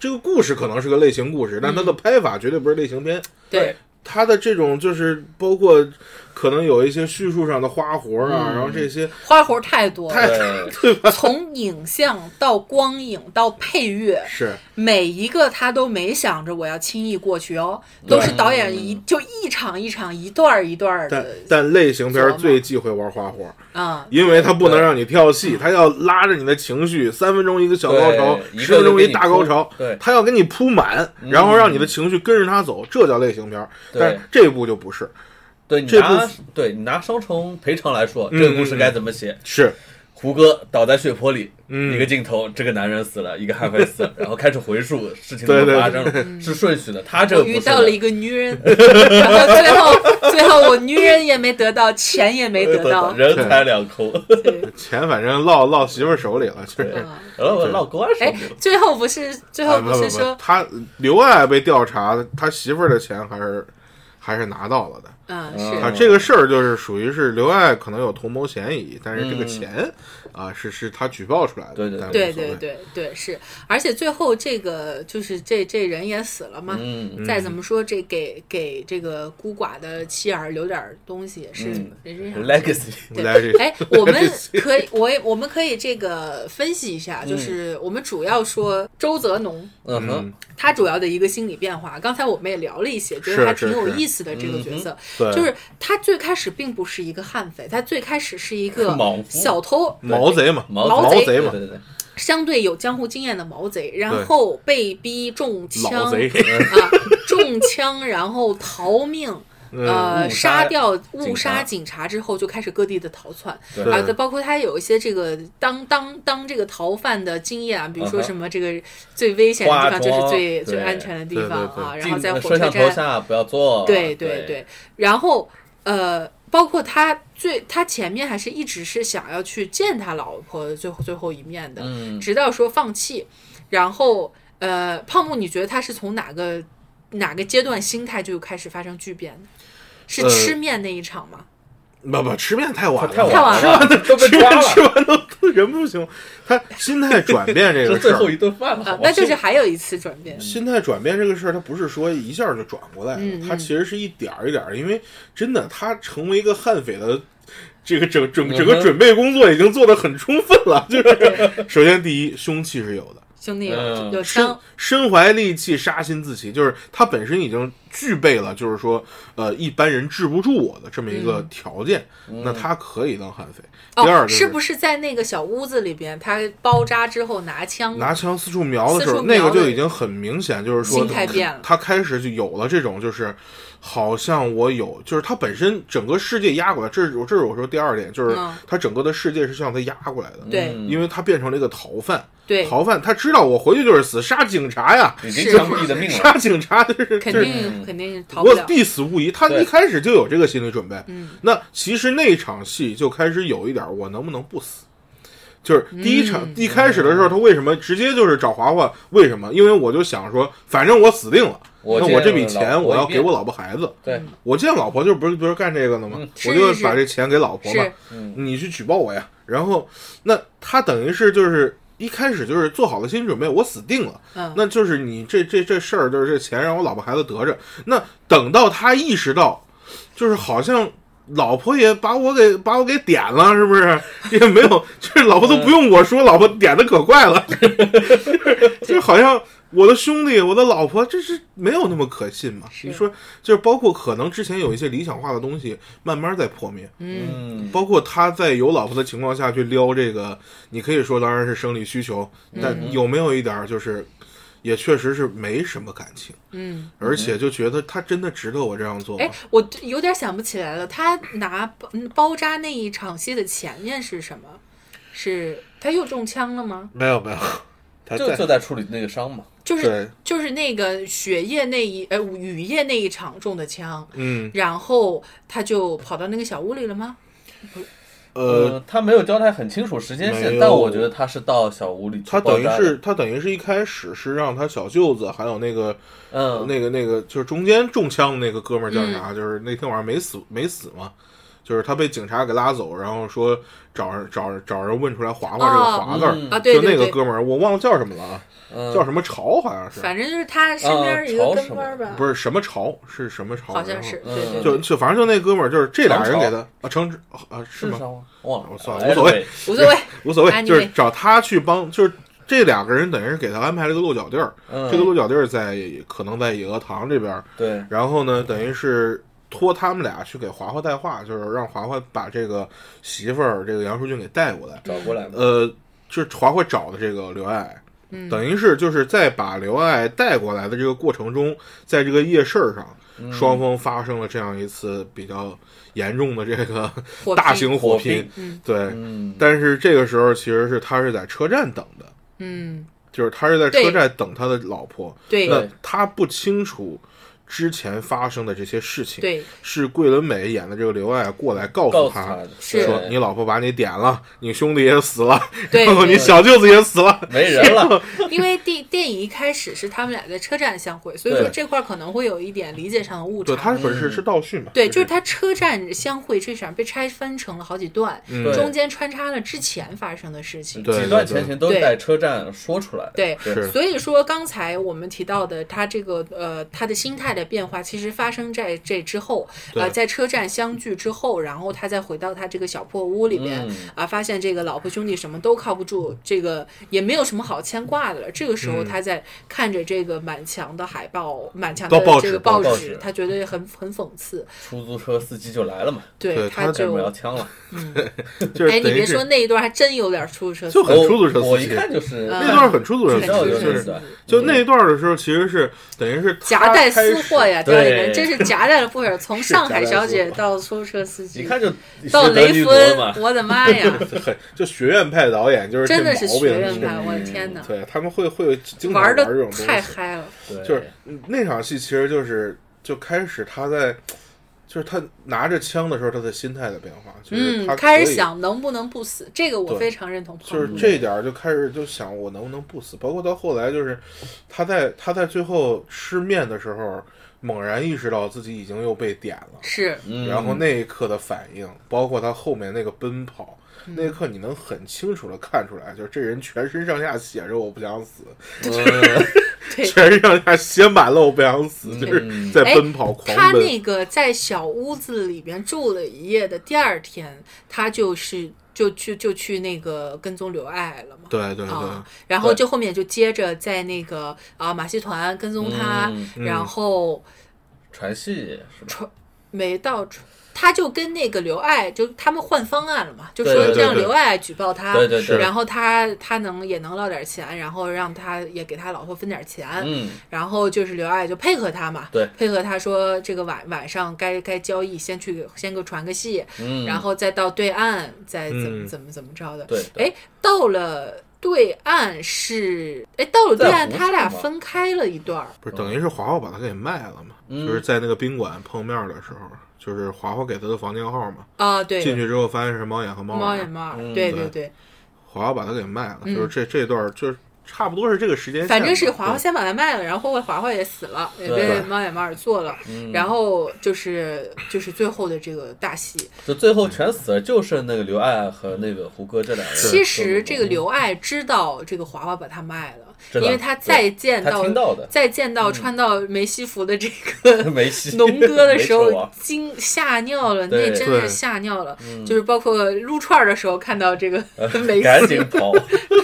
C: 这个故事可能是个类型故事，但它
B: 嗯
C: 的拍法绝对不是类型片。
A: 对，
C: 它的这种就是包括可能有一些叙述上的花活啊，
B: 嗯
C: 然后这些
A: 花活太多了，
B: 对，
A: 从影像到光影到配乐，
C: 是
A: 每一个他都没想着我要轻易过去哦，都是导演一就一场一场一段儿一段儿
C: 但
A: 的
C: 但类型
A: 琢
C: 片
A: 磨
C: 最忌讳玩花活，
A: 啊，
C: 因为它不能让你跳戏，它要拉着你的情绪，三分钟一个小高潮，
B: 对一个
C: 十分钟
B: 给你
C: 大高潮
B: 铺，对嗯
C: 它要给你铺满，然后让你的情绪跟着它走，这叫类型片。
B: 对
C: 但是这部就不是，
B: 对你
C: 这部嗯
B: 拿对你拿双重赔偿来说，这个故事该怎么写？
C: 是
B: 胡歌倒在血泊里，
C: 嗯
B: 一个镜头，这个男人死了，一个悍匪死了，然后开始回溯事情怎
C: 对
B: 么
C: 对
B: 发生了，是顺序的。他这
A: 嗯
B: 个
A: 我
B: 不
A: 遇
B: 是
A: 到了一
B: 的，
A: 个女 *laughs* 人，然后最后最后我女人也没得到，钱也没得到，
B: 人财两空。
A: 对，
C: 钱反正落落媳妇儿手里了，就是。
A: 啊
B: 然后老关手
A: 哎，最后不是最
C: 啊
A: 后
C: 不
A: 不
C: 不
A: 是
C: 不
A: 说，
C: 他刘爱被调查，他媳妇儿的钱还是还是拿到了的。
A: 嗯
C: 啊，
A: 是
B: 嗯
C: 这个事儿就是属于是刘爱可能有同谋嫌疑，但是这个
B: 嗯
C: 钱啊是是他举报出来的，
B: 对对
C: 但
A: 对
C: 无所谓
A: 对对对是，而且最后这个就是这这人也死了嘛，
B: 嗯，
A: 再怎么说这给给这个孤寡的妻儿留点儿东西也是
B: 嗯
A: 人之常情。
B: ，legacy，
C: *laughs*
A: 对
C: 来这
A: 哎，我
C: *laughs*
A: 们可以，我也我们可以这个分析一下，
C: 嗯
A: 就是我们主要说周泽农
B: 嗯哼，
A: 他主要的一个心理变化。刚才我们也聊了一些，觉
C: 是
A: 得他挺
C: 是
A: 有
C: 是嗯
A: 意思的这个角色，
C: 对
A: 就是他最开始并不是一个悍匪，他最开始是一个
B: 莽夫
A: 小偷，
C: 毛贼嘛，
B: 毛
A: 毛
C: 贼
B: 对
C: 嘛，
B: 对对，
A: 相对有江湖经验的毛贼，
C: 对
A: 然后被逼中
C: 老
A: 枪
C: 贼， *laughs*
A: 啊， *laughs* 中枪然后逃命。
C: 嗯
A: 呃，
B: 误杀
A: 杀掉误
B: 警
A: 杀
B: 察
A: 警察之后，就开始各地的逃窜
B: 对
A: 啊，对包括他有一些这个当当当这个逃犯的经验啊，比如说
B: 嗯哼
A: 什么这个最危险的地
B: 化
A: 方就是
B: 妆
A: 最
B: 对
A: 最安全的地
C: 对
A: 方
C: 对
A: 啊，然后
B: 进
A: 在火
B: 摄
A: 车
B: 像头
A: 站，
B: 下不要坐，
A: 对
B: 对
A: 对，然后呃，包括他最他前面还是一直是想要去见他老婆最后最后一面的，
B: 嗯，
A: 直到说放弃，然后呃，胖木，你觉得他是从哪个哪个阶段心态就开始发生巨变的？是
C: 呃
A: 吃面那一场吗？
B: 哦
C: 不不，吃面太晚了，
B: 太
A: 太晚
B: 晚
A: 了
B: 都被
C: 吃
B: 抓
C: 面吃
B: 了，
C: 完都都人不行，他心态转变
B: *laughs*
C: 这
B: 这
C: 个
B: 最
C: 事
B: 后
C: 儿
B: 一，顿饭了，
A: 啊、
B: 好吧
A: 那就是还有一次转变。
C: 心态转变这个事儿，他不是说一下就转过来的，
A: 嗯嗯
C: 他其实是一点儿一点儿，因为真的他成为一个悍匪的。这个整整整
B: 嗯
C: 个
B: 哼
C: 准备工作已经做得很充分了，就是 *laughs* 首先第一，凶器是有的，
A: 兄弟有、
B: 嗯
A: 有
C: 身
A: 枪，
C: 身怀利器，杀心自起，就是他本身已经具备了，就是说，呃，一般人治不住我的这么一个条件，
B: 嗯
C: 那他可以当悍匪。第二
A: 嗯哦，
C: 就是
A: 不是在那个小屋子里边，他包扎之后拿枪？
C: 拿枪四处瞄的
A: 嗯
C: 时
A: 四
C: 候，
A: 处
C: 那
A: 瞄
C: 个
A: 的
C: 就已经很明显，就是说
A: 心态变了
C: 他开始就有了这种，就是好像我有，就是他本身整个世界压过来，这是我这是我说第二点，就是
A: 嗯
C: 他整个的世界是向他压过来的，
A: 对
B: 嗯
C: 因为他变成了一个逃犯，
A: 对，
C: 逃犯他知道我回去就是死，杀警察呀，
B: 已经
A: 是
B: 枪毙的命了，
C: 杀警察就是
A: 肯
C: 就是
B: 嗯
A: 定肯定逃不
C: 我
A: 了。
C: 必死无疑。他
B: 对
C: 一开始就有这个心理准备。
A: 嗯，
C: 那其实那场戏就开始有一点，我能不能不死？就是第一场、
A: 嗯
C: 一开始的时候，他为什么直接就是找华华？为什么？因为我就想说，反正我死定了，
B: 我
C: 那
B: 见
C: 我这笔
B: 老
C: 钱
B: 婆
C: 我
B: 一
C: 要
B: 遍
C: 给我老婆孩子。
B: 对，
C: 我见老婆就不是不是干这个的吗？
A: 是
C: 我就是把这钱给老婆嘛
A: 是。
B: 嗯
C: 你去举报我呀。然后，那他等于是就是一开始就是做好了心理准备，我死定了。
A: 嗯，
C: 那就是你这这这事儿，就是这钱让我老婆孩子得着。那等到他意识到，就是好像老婆也把我给把我给点了，是不是？ *laughs* 也没有，就是老婆都不用我说，老婆点的可快了， *laughs* 就是好像。我的兄弟，我的老婆，这是没有那么可信嘛？
A: 是
C: 你说，就是包括可能之前有一些理想化的东西，慢慢在破灭。
A: 嗯
B: 嗯，
C: 包括他在有老婆的情况下去撩这个，你可以说当然是生理需求，
B: 嗯
C: 但有没有一点儿就是，也确实是没什么感情，
A: 嗯。
C: 而且就觉得他真的值得我这样做吗
A: 哎？，我有点想不起来了，他拿包嗯包扎那一场戏的前面是什么？是他又中枪了吗？
C: 没有没有，
B: *laughs*
C: 他
B: 就就在
C: 在
B: 处理那个伤嘛，
A: 就是
C: 对，
A: 就是那个雪夜那一呃雨夜那一场中的枪，
C: 嗯
A: 然后他就跑到那个小屋里了吗？
C: 呃，，
B: 嗯他没有交代很清楚时间
C: 没
B: 线，
C: 有
B: 但我觉得他是到小屋里去
C: 他
B: 包
C: 等于
B: 扎的，
C: 是他等于是一开始是让他小舅子还有那个
B: 嗯，
C: 那个那个就是中间中枪的那个哥们儿叫啥？就是那天晚上没死没死嘛，就是他被警察给拉走，然后说找人找人找人问出来华华这个
A: 哦
C: 华字儿，
B: 嗯
A: 啊，对
C: 就那
A: 对
C: 个
A: 对，
C: 哥们儿，我忘了叫什么了啊，
B: 嗯
C: 叫什么潮好像是，
A: 反正就是他身边一个
B: 啊
A: 跟班儿吧，
C: 不是什么潮是什么潮，
A: 好像是，
C: 然
A: 对对
C: 后
A: 对，
B: 嗯
C: 就就反正就那哥们儿就是这俩人
B: 唐朝
C: 给他啊成啊
B: 是
C: 是吗？
B: 伤吗？忘了，
C: 我算了
B: 哎
C: 无所谓
B: 对
A: 无
C: *laughs*
A: 所谓，
C: 无所谓，
A: Anyway
C: 就是找他去帮，就是这两个人等于是给他安排了一个落脚地儿，
B: 嗯，
C: 这个落脚地儿在可能在野鹅塘这边儿，
B: 对，
C: 然后呢，等于是托他们俩去给华华带话，就是让华华把这个媳妇儿这个杨淑俊给带过来。
B: 找过来嘛，
C: 呃，就是华华找的这个刘爱，
A: 嗯
C: 等于是就是在把刘爱带过来的这个过程中，在这个夜市儿上，双方发生了这样一次比较严重的这个
A: 火拼
C: 大型呃火
B: 拼
A: 嗯
C: 对，
B: 嗯，
C: 但是这个时候其实是他是在车站等的，
A: 嗯，
C: 就是他是在
A: 对
C: 车站等他的老婆，
A: 对
C: 那
B: 对
C: 他不清楚之前发生的这些事情，
A: 对，
C: 是桂纶镁演的这个刘爱过来告
B: 告
C: 诉
B: 诉他的
A: 是
C: 说
B: 对
C: 你老婆把你点了，你兄弟也死了， *laughs*
A: 对
C: 然后
A: 对
C: 你小舅子也死了，
B: 没人了，
A: 因为电电影一开始是他们俩在车站相会，所以
B: 对
A: 说这块儿可能会有一点理解上的误
C: *laughs* 对，他
A: 差。
C: 本是是倒叙嘛，
A: 对，就是他车站相会这场被拆分成了好几段，
C: 嗯
B: 对
A: 中间穿插了之前发生的事情。
C: 对
B: 几段前情都是
A: 对
B: 在车站说出来的，
A: 对
B: 对
C: 是
A: 所以说刚才我们提到的他这个呃他的心态的变化，其实发生在这之后，呃，
C: 对
A: 在车站相聚之后，然后他再回到他这个小破屋里边。
B: 嗯
A: 啊，发现这个老婆兄弟什么都靠不住，这个也没有什么好牵挂的了。这个时候，
C: 嗯
A: 他在看着这个满墙的海报、满墙
C: 到
A: 的
C: 报
A: 这
C: 纸
A: 个
C: 报
A: 报
B: 报
A: 纸
B: 纸，
A: 他觉得很很讽刺。
B: 出租车司机就来了嘛，
A: 对，
C: 对
A: 他
C: 他
B: 为什
A: 就
B: 么要枪了？
C: 就是
A: 哎，你
C: 等于
A: 别
C: 是
A: 说那一段还真有点出租车
C: 就
A: 司
C: *laughs* 很
B: 我
C: 出租车司机
B: 我一看就是
A: 嗯
C: 那段很出租车
A: 机，
B: 很
C: 司
B: 知道
A: 很
B: 有
A: 出租车司
B: 点
C: 机，就是
B: 短
A: 机。
C: 就那一段的时候，其实是等于是他
A: 夹带私货
C: *laughs*
A: 呀，
B: 开
A: 刁
B: 始
A: 一人
B: 对
A: 真是夹带了不少，从
C: 是
A: 上海
C: 夹带
A: 小
C: 私
A: 姐
C: 货
A: 到出租车司
B: 一
A: 机，
B: 看就
A: *laughs* 到
B: 是德
A: 雷
B: 尼
A: 锋
B: 罗嘛，，
A: 我的妈
C: *laughs*
A: 呀，
C: 开始很就学院派导演就是
A: 真
C: 这
A: 的是
C: 毛
A: 学
C: 病，
A: 院派，我的天哪，
C: 对他们会会经常
A: 玩
C: 这
A: 的
C: 种东
A: 太
C: 西，
A: 嗨了，
B: 对
C: 就是那场戏其实就是就开始他在。就是他拿着枪的时候，他的心态的变化，就是他
A: 嗯，开
C: 可
A: 始
C: 以
A: 想能不能不死，这个我
C: 对
A: 非常认同胖子，
C: 就是这一点儿就开始就想我能不能不死，包括到后来就是他在他在最后吃面的时候，猛然意识到自己已经又被点了，
A: 是
B: 嗯
C: 然后那一刻的反应，包括他后面那个奔跑，
A: 嗯
C: 那一刻你能很清楚的看出来，就是这人全身上下写着我不想死，
B: 嗯
A: *laughs* 对
C: 全身上下写满了我不想死，就是在奔跑狂
A: 嗯哎他
C: 奔。
A: 那个在小屋子里边住了一夜的第二天，他就是就去就去那个跟踪刘爱了嘛。
C: 对对对，
A: 啊，然后
B: 对
A: 就后面就接着在那个啊马戏团跟踪他，
B: 嗯
A: 然后
B: 传戏是吧？
A: 没到处，他就跟那个刘爱就他们换方案了嘛，就
B: 对
A: 说
B: 对对
A: 让
C: 对
A: 刘爱举报他，
B: 对对对，
A: 然后他他能也能捞点钱，然后让他也给他老婆分点钱，
B: 嗯，
A: 然后就是刘爱就配合他嘛，
B: 对，
A: 配合他说这个晚晚上该该交易，先去先给我传个戏，
B: 嗯
A: 然后再到对岸，再怎么
C: 嗯
A: 怎么怎么着的。
B: 对，对
A: 哎，到了对岸是，哎，到了对岸
B: 在湖
A: 他俩
B: 上吧
A: 分开了一段儿，
C: 不是等于是华华把他给卖了嘛？
B: 嗯
C: 就是在那个宾馆碰面的时候，就是华华给他的房间号嘛。
A: 啊，对，
C: 进去之后发现是猫眼和猫
A: 猫
C: 耳，
A: 眼猫耳，
B: 嗯
A: 对
C: 对
A: 对，
C: 华华把他给卖了，
A: 嗯
C: 就是这这段儿就是差不多是这个时间线吧，
A: 反正是华华
C: 对
A: 先把他卖了，然后华华也死了，也
B: 对嗯
A: 被猫眼猫耳做了，然后就是就是最后的这个大戏，
B: 就最后全死了，就剩那个刘爱和那个胡歌这两个人。
A: 其实这个刘爱知道这个华华把他卖了，
B: 嗯知道
A: 因为他再见
B: 他
A: 到
B: 听到的嗯
A: 再见到穿到没西服的这
B: *laughs*
A: 个
B: 没戏，
A: 农哥的时
B: 没
A: 候
B: 错，啊
A: 惊吓尿了，那
B: 对嗯
A: 真是
C: 对
A: 吓尿了。就是包括撸串儿的时候看到这个 *laughs* 没
B: 呃赶
A: 西
B: 紧跑，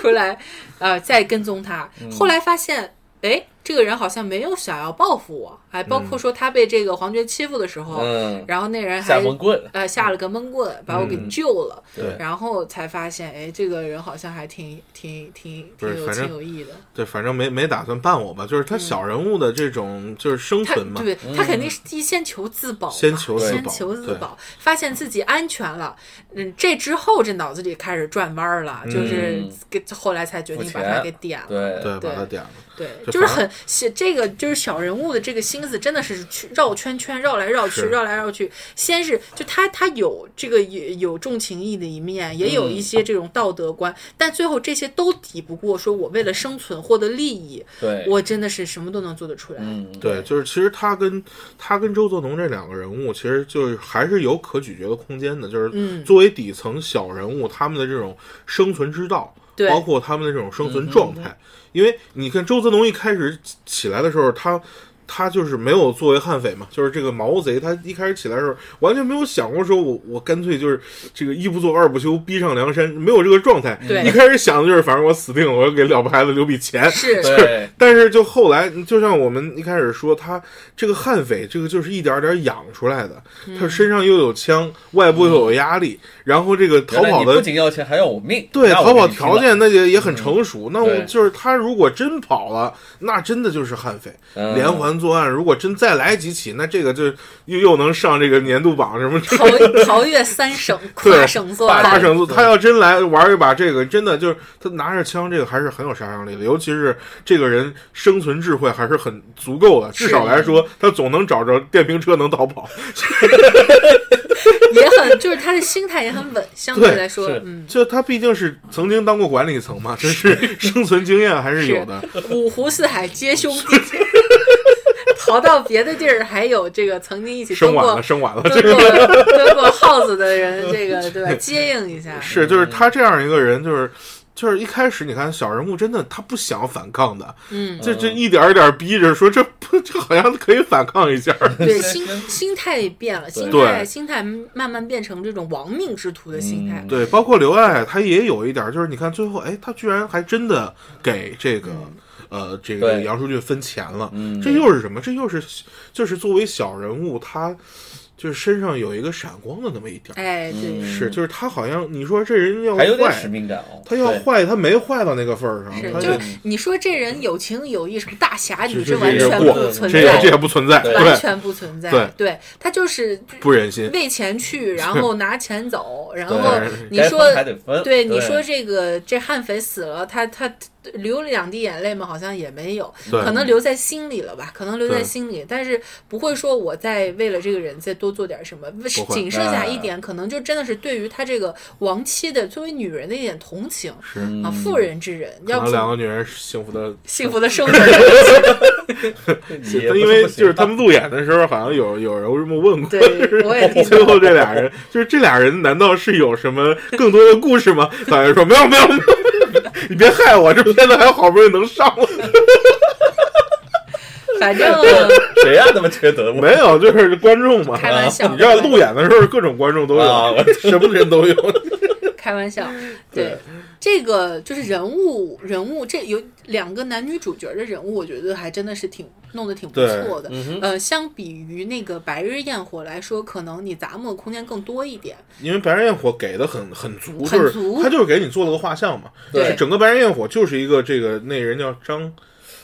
A: 出来，呃，再跟踪他，
C: 嗯
A: 后来发现，哎，这个人好像没有想要报复我，哎，包
C: 嗯
A: 括说他被这个黄觉欺负的时候，
B: 嗯，
A: 然后那人还
B: 下闷棍，
A: 呃下了个闷棍把我给
B: 嗯
A: 救了。
C: 对
A: 然后才发现，哎，这个人好像还挺挺挺
C: 不
A: 挺
C: 是
A: 有
C: 反
A: 情
C: 正
A: 有义的。
C: 对，反正没没打算办我吧，就是他小人物的这种就是生
A: 他
C: 存嘛，
A: 嗯
C: 嗯
A: 对他肯定是第一先求自保嘛，
C: 先求自
A: 先
C: 保
A: 求自
C: 对
A: 保，发现自己安全了，嗯，这之后这脑子里开始转弯儿了，就是
B: 嗯
A: 给后来才决定
B: 付
A: 把
B: 钱
A: 他给点了。
B: 对
C: 对，把他
A: 对
C: 点了，
A: 对，
C: 就
A: 就是
C: 反
A: 很写这个就是小人物的这个心思真的是去绕圈圈，绕来绕去，
C: 是
A: 绕来绕去。先是就他他有这个有有重情义的一面，也有一些这种道德观，但最后这些都抵不过说我为了生存获得利益，
B: 对，
A: 我真的是什么都能做得出来。
B: 嗯，
C: 对，就是其实他跟他跟周作农这两个人物，其实就是还是有可咀嚼的空间的。就是
A: 嗯
C: 作为底层小人物，他们的这种生存之道，
A: 对嗯
C: 包括他们的这种生存状态。因为你看周作农一开始起来的时候，他他就是没有作为悍匪嘛，就是这个毛贼，他一开始起来的时候完全没有想过说我我干脆就是这个一不做二不休，逼上梁山，没有这个状态。
A: 对
C: 一开始想的就是反正我死定了，我要给了不孩子留笔钱。
A: 是
B: 对，
C: 但是就后来，就像我们一开始说，他这个悍匪，这个就是一点点养出来的。
B: 嗯
C: 他身上又有枪，外部又有压力，然后这个逃
B: 原来
C: 跑
B: 你不
C: 的
B: 仅要钱还要我命，
C: 对
B: 那我
C: 逃跑
B: 给你拼
C: 条
B: 了，
C: 件那也也很成熟。那我
B: 对
C: 就是他如果真跑了，那真的就是悍匪。
B: 嗯
C: 连环作案，如果真再来几起，那这个就又又能上这个年度榜什么之类的
A: 桃桃越三省，跨
C: 对
A: 省作
C: 大
A: 案，
C: 绳子，
B: 对
C: 他要真来玩一把这个，真的就是他拿着枪，这个还是很有杀伤力的。尤其是这个人生存智慧还是很足够的，至少来说，他总能找着电瓶车能逃跑。
A: 也很就是他的心态也很稳，相对来说
B: 是，
A: 嗯，
C: 就他毕竟是曾经当过管理层嘛，真是生存经验还是有的。
A: 五湖四海皆兄弟，逃到别的地儿还有这个曾经一起
C: 生
A: 蹲
C: 晚
A: 过
C: 了，生晚了，
A: 蹲过蹲过耗子的人，这个对吧？接应一下，
C: 是，就是他这样一个人，就是就是一开始你看小人物真的他不想反抗的，
A: 嗯，
C: 这这一点儿一点儿逼着说这不这好像可以反抗一下，
A: 对，心心态变了，心
C: 对
A: 态心态慢慢变成这种亡命之徒的心态
B: 嗯，
C: 对，包括刘爱，他也有一点儿，就是你看最后，哎，他居然还真的给这个、呃这个
B: 嗯对
C: 杨书俊分钱了，
B: 嗯
C: 这又是什么？这又是就是作为小人物，他就是身上有一个闪光的那么一点儿，
A: 哎，对，
B: 嗯
C: 是，就是他好像你说这人要
B: 还有点使
C: 坏，
B: 命感哦，
C: 他要
B: 对
C: 坏，他没坏到那个份儿上，
A: 是，
C: 他
A: 就
C: 也
A: 是你说这人有情有义，什么大侠女，
C: 是是
A: 完
C: 是
A: 全
C: 过
A: 不存
C: 这也这
A: 在，
C: 也不存在，对，
A: 完全不存在。
C: 对
A: 他就是
C: 不忍心，
A: 为钱去，然后拿钱走，然
B: 对
A: 后你
B: 该
A: 说
B: 分还得分，
A: 对你说这个这悍匪死了，他他流两滴眼泪吗？好像也没有，
C: 对
A: 可能留在心里了吧，可能留在
C: 对
A: 心里，但是不会说我再为了这个人再多做点什么，
C: 会哎
A: 仅剩下一
B: 那
A: 点，可能就真的是对于他这个亡妻的作为女人的一点同情
C: 是，
B: 嗯
A: 啊，妇人之仁，
C: 嗯可
A: 要
C: 能
A: 不
C: 两个女人幸福的。
A: 幸福的生活。 *laughs*
B: 你也不
C: 因为
B: 不行
C: 就是他们路演的时候，好像有有人这么问过，
A: 对，我
C: *laughs*
A: 也听
C: 最
A: 说
C: 后这俩人，就是这俩人，难道是有什么更多的故事吗？导演说没有没有没有，你别害我，这片子还好不容易能上了，
A: 反正
B: *laughs* 谁呀那么缺德？我
C: 没有，就是观众嘛。
A: 开玩笑，
C: 你知道路演的时候，各种观众都
B: 啊
C: 有， *laughs* 什么人都有。
A: 开玩笑，对
C: 对
A: 这个就是人物人物，这有两个男女主角的人物，我觉得还真的是挺弄得挺不错的。
B: 嗯哼
A: 呃，相比于那个《白日焰火》来说，可能你咂摸的空间更多一点。
C: 因为《白日焰火》给的很很足，
A: 很
C: 就是
A: 足
C: 他就是给你做了个画像嘛。
A: 对
C: 就是整个《白日焰火》就是一个这个那人叫张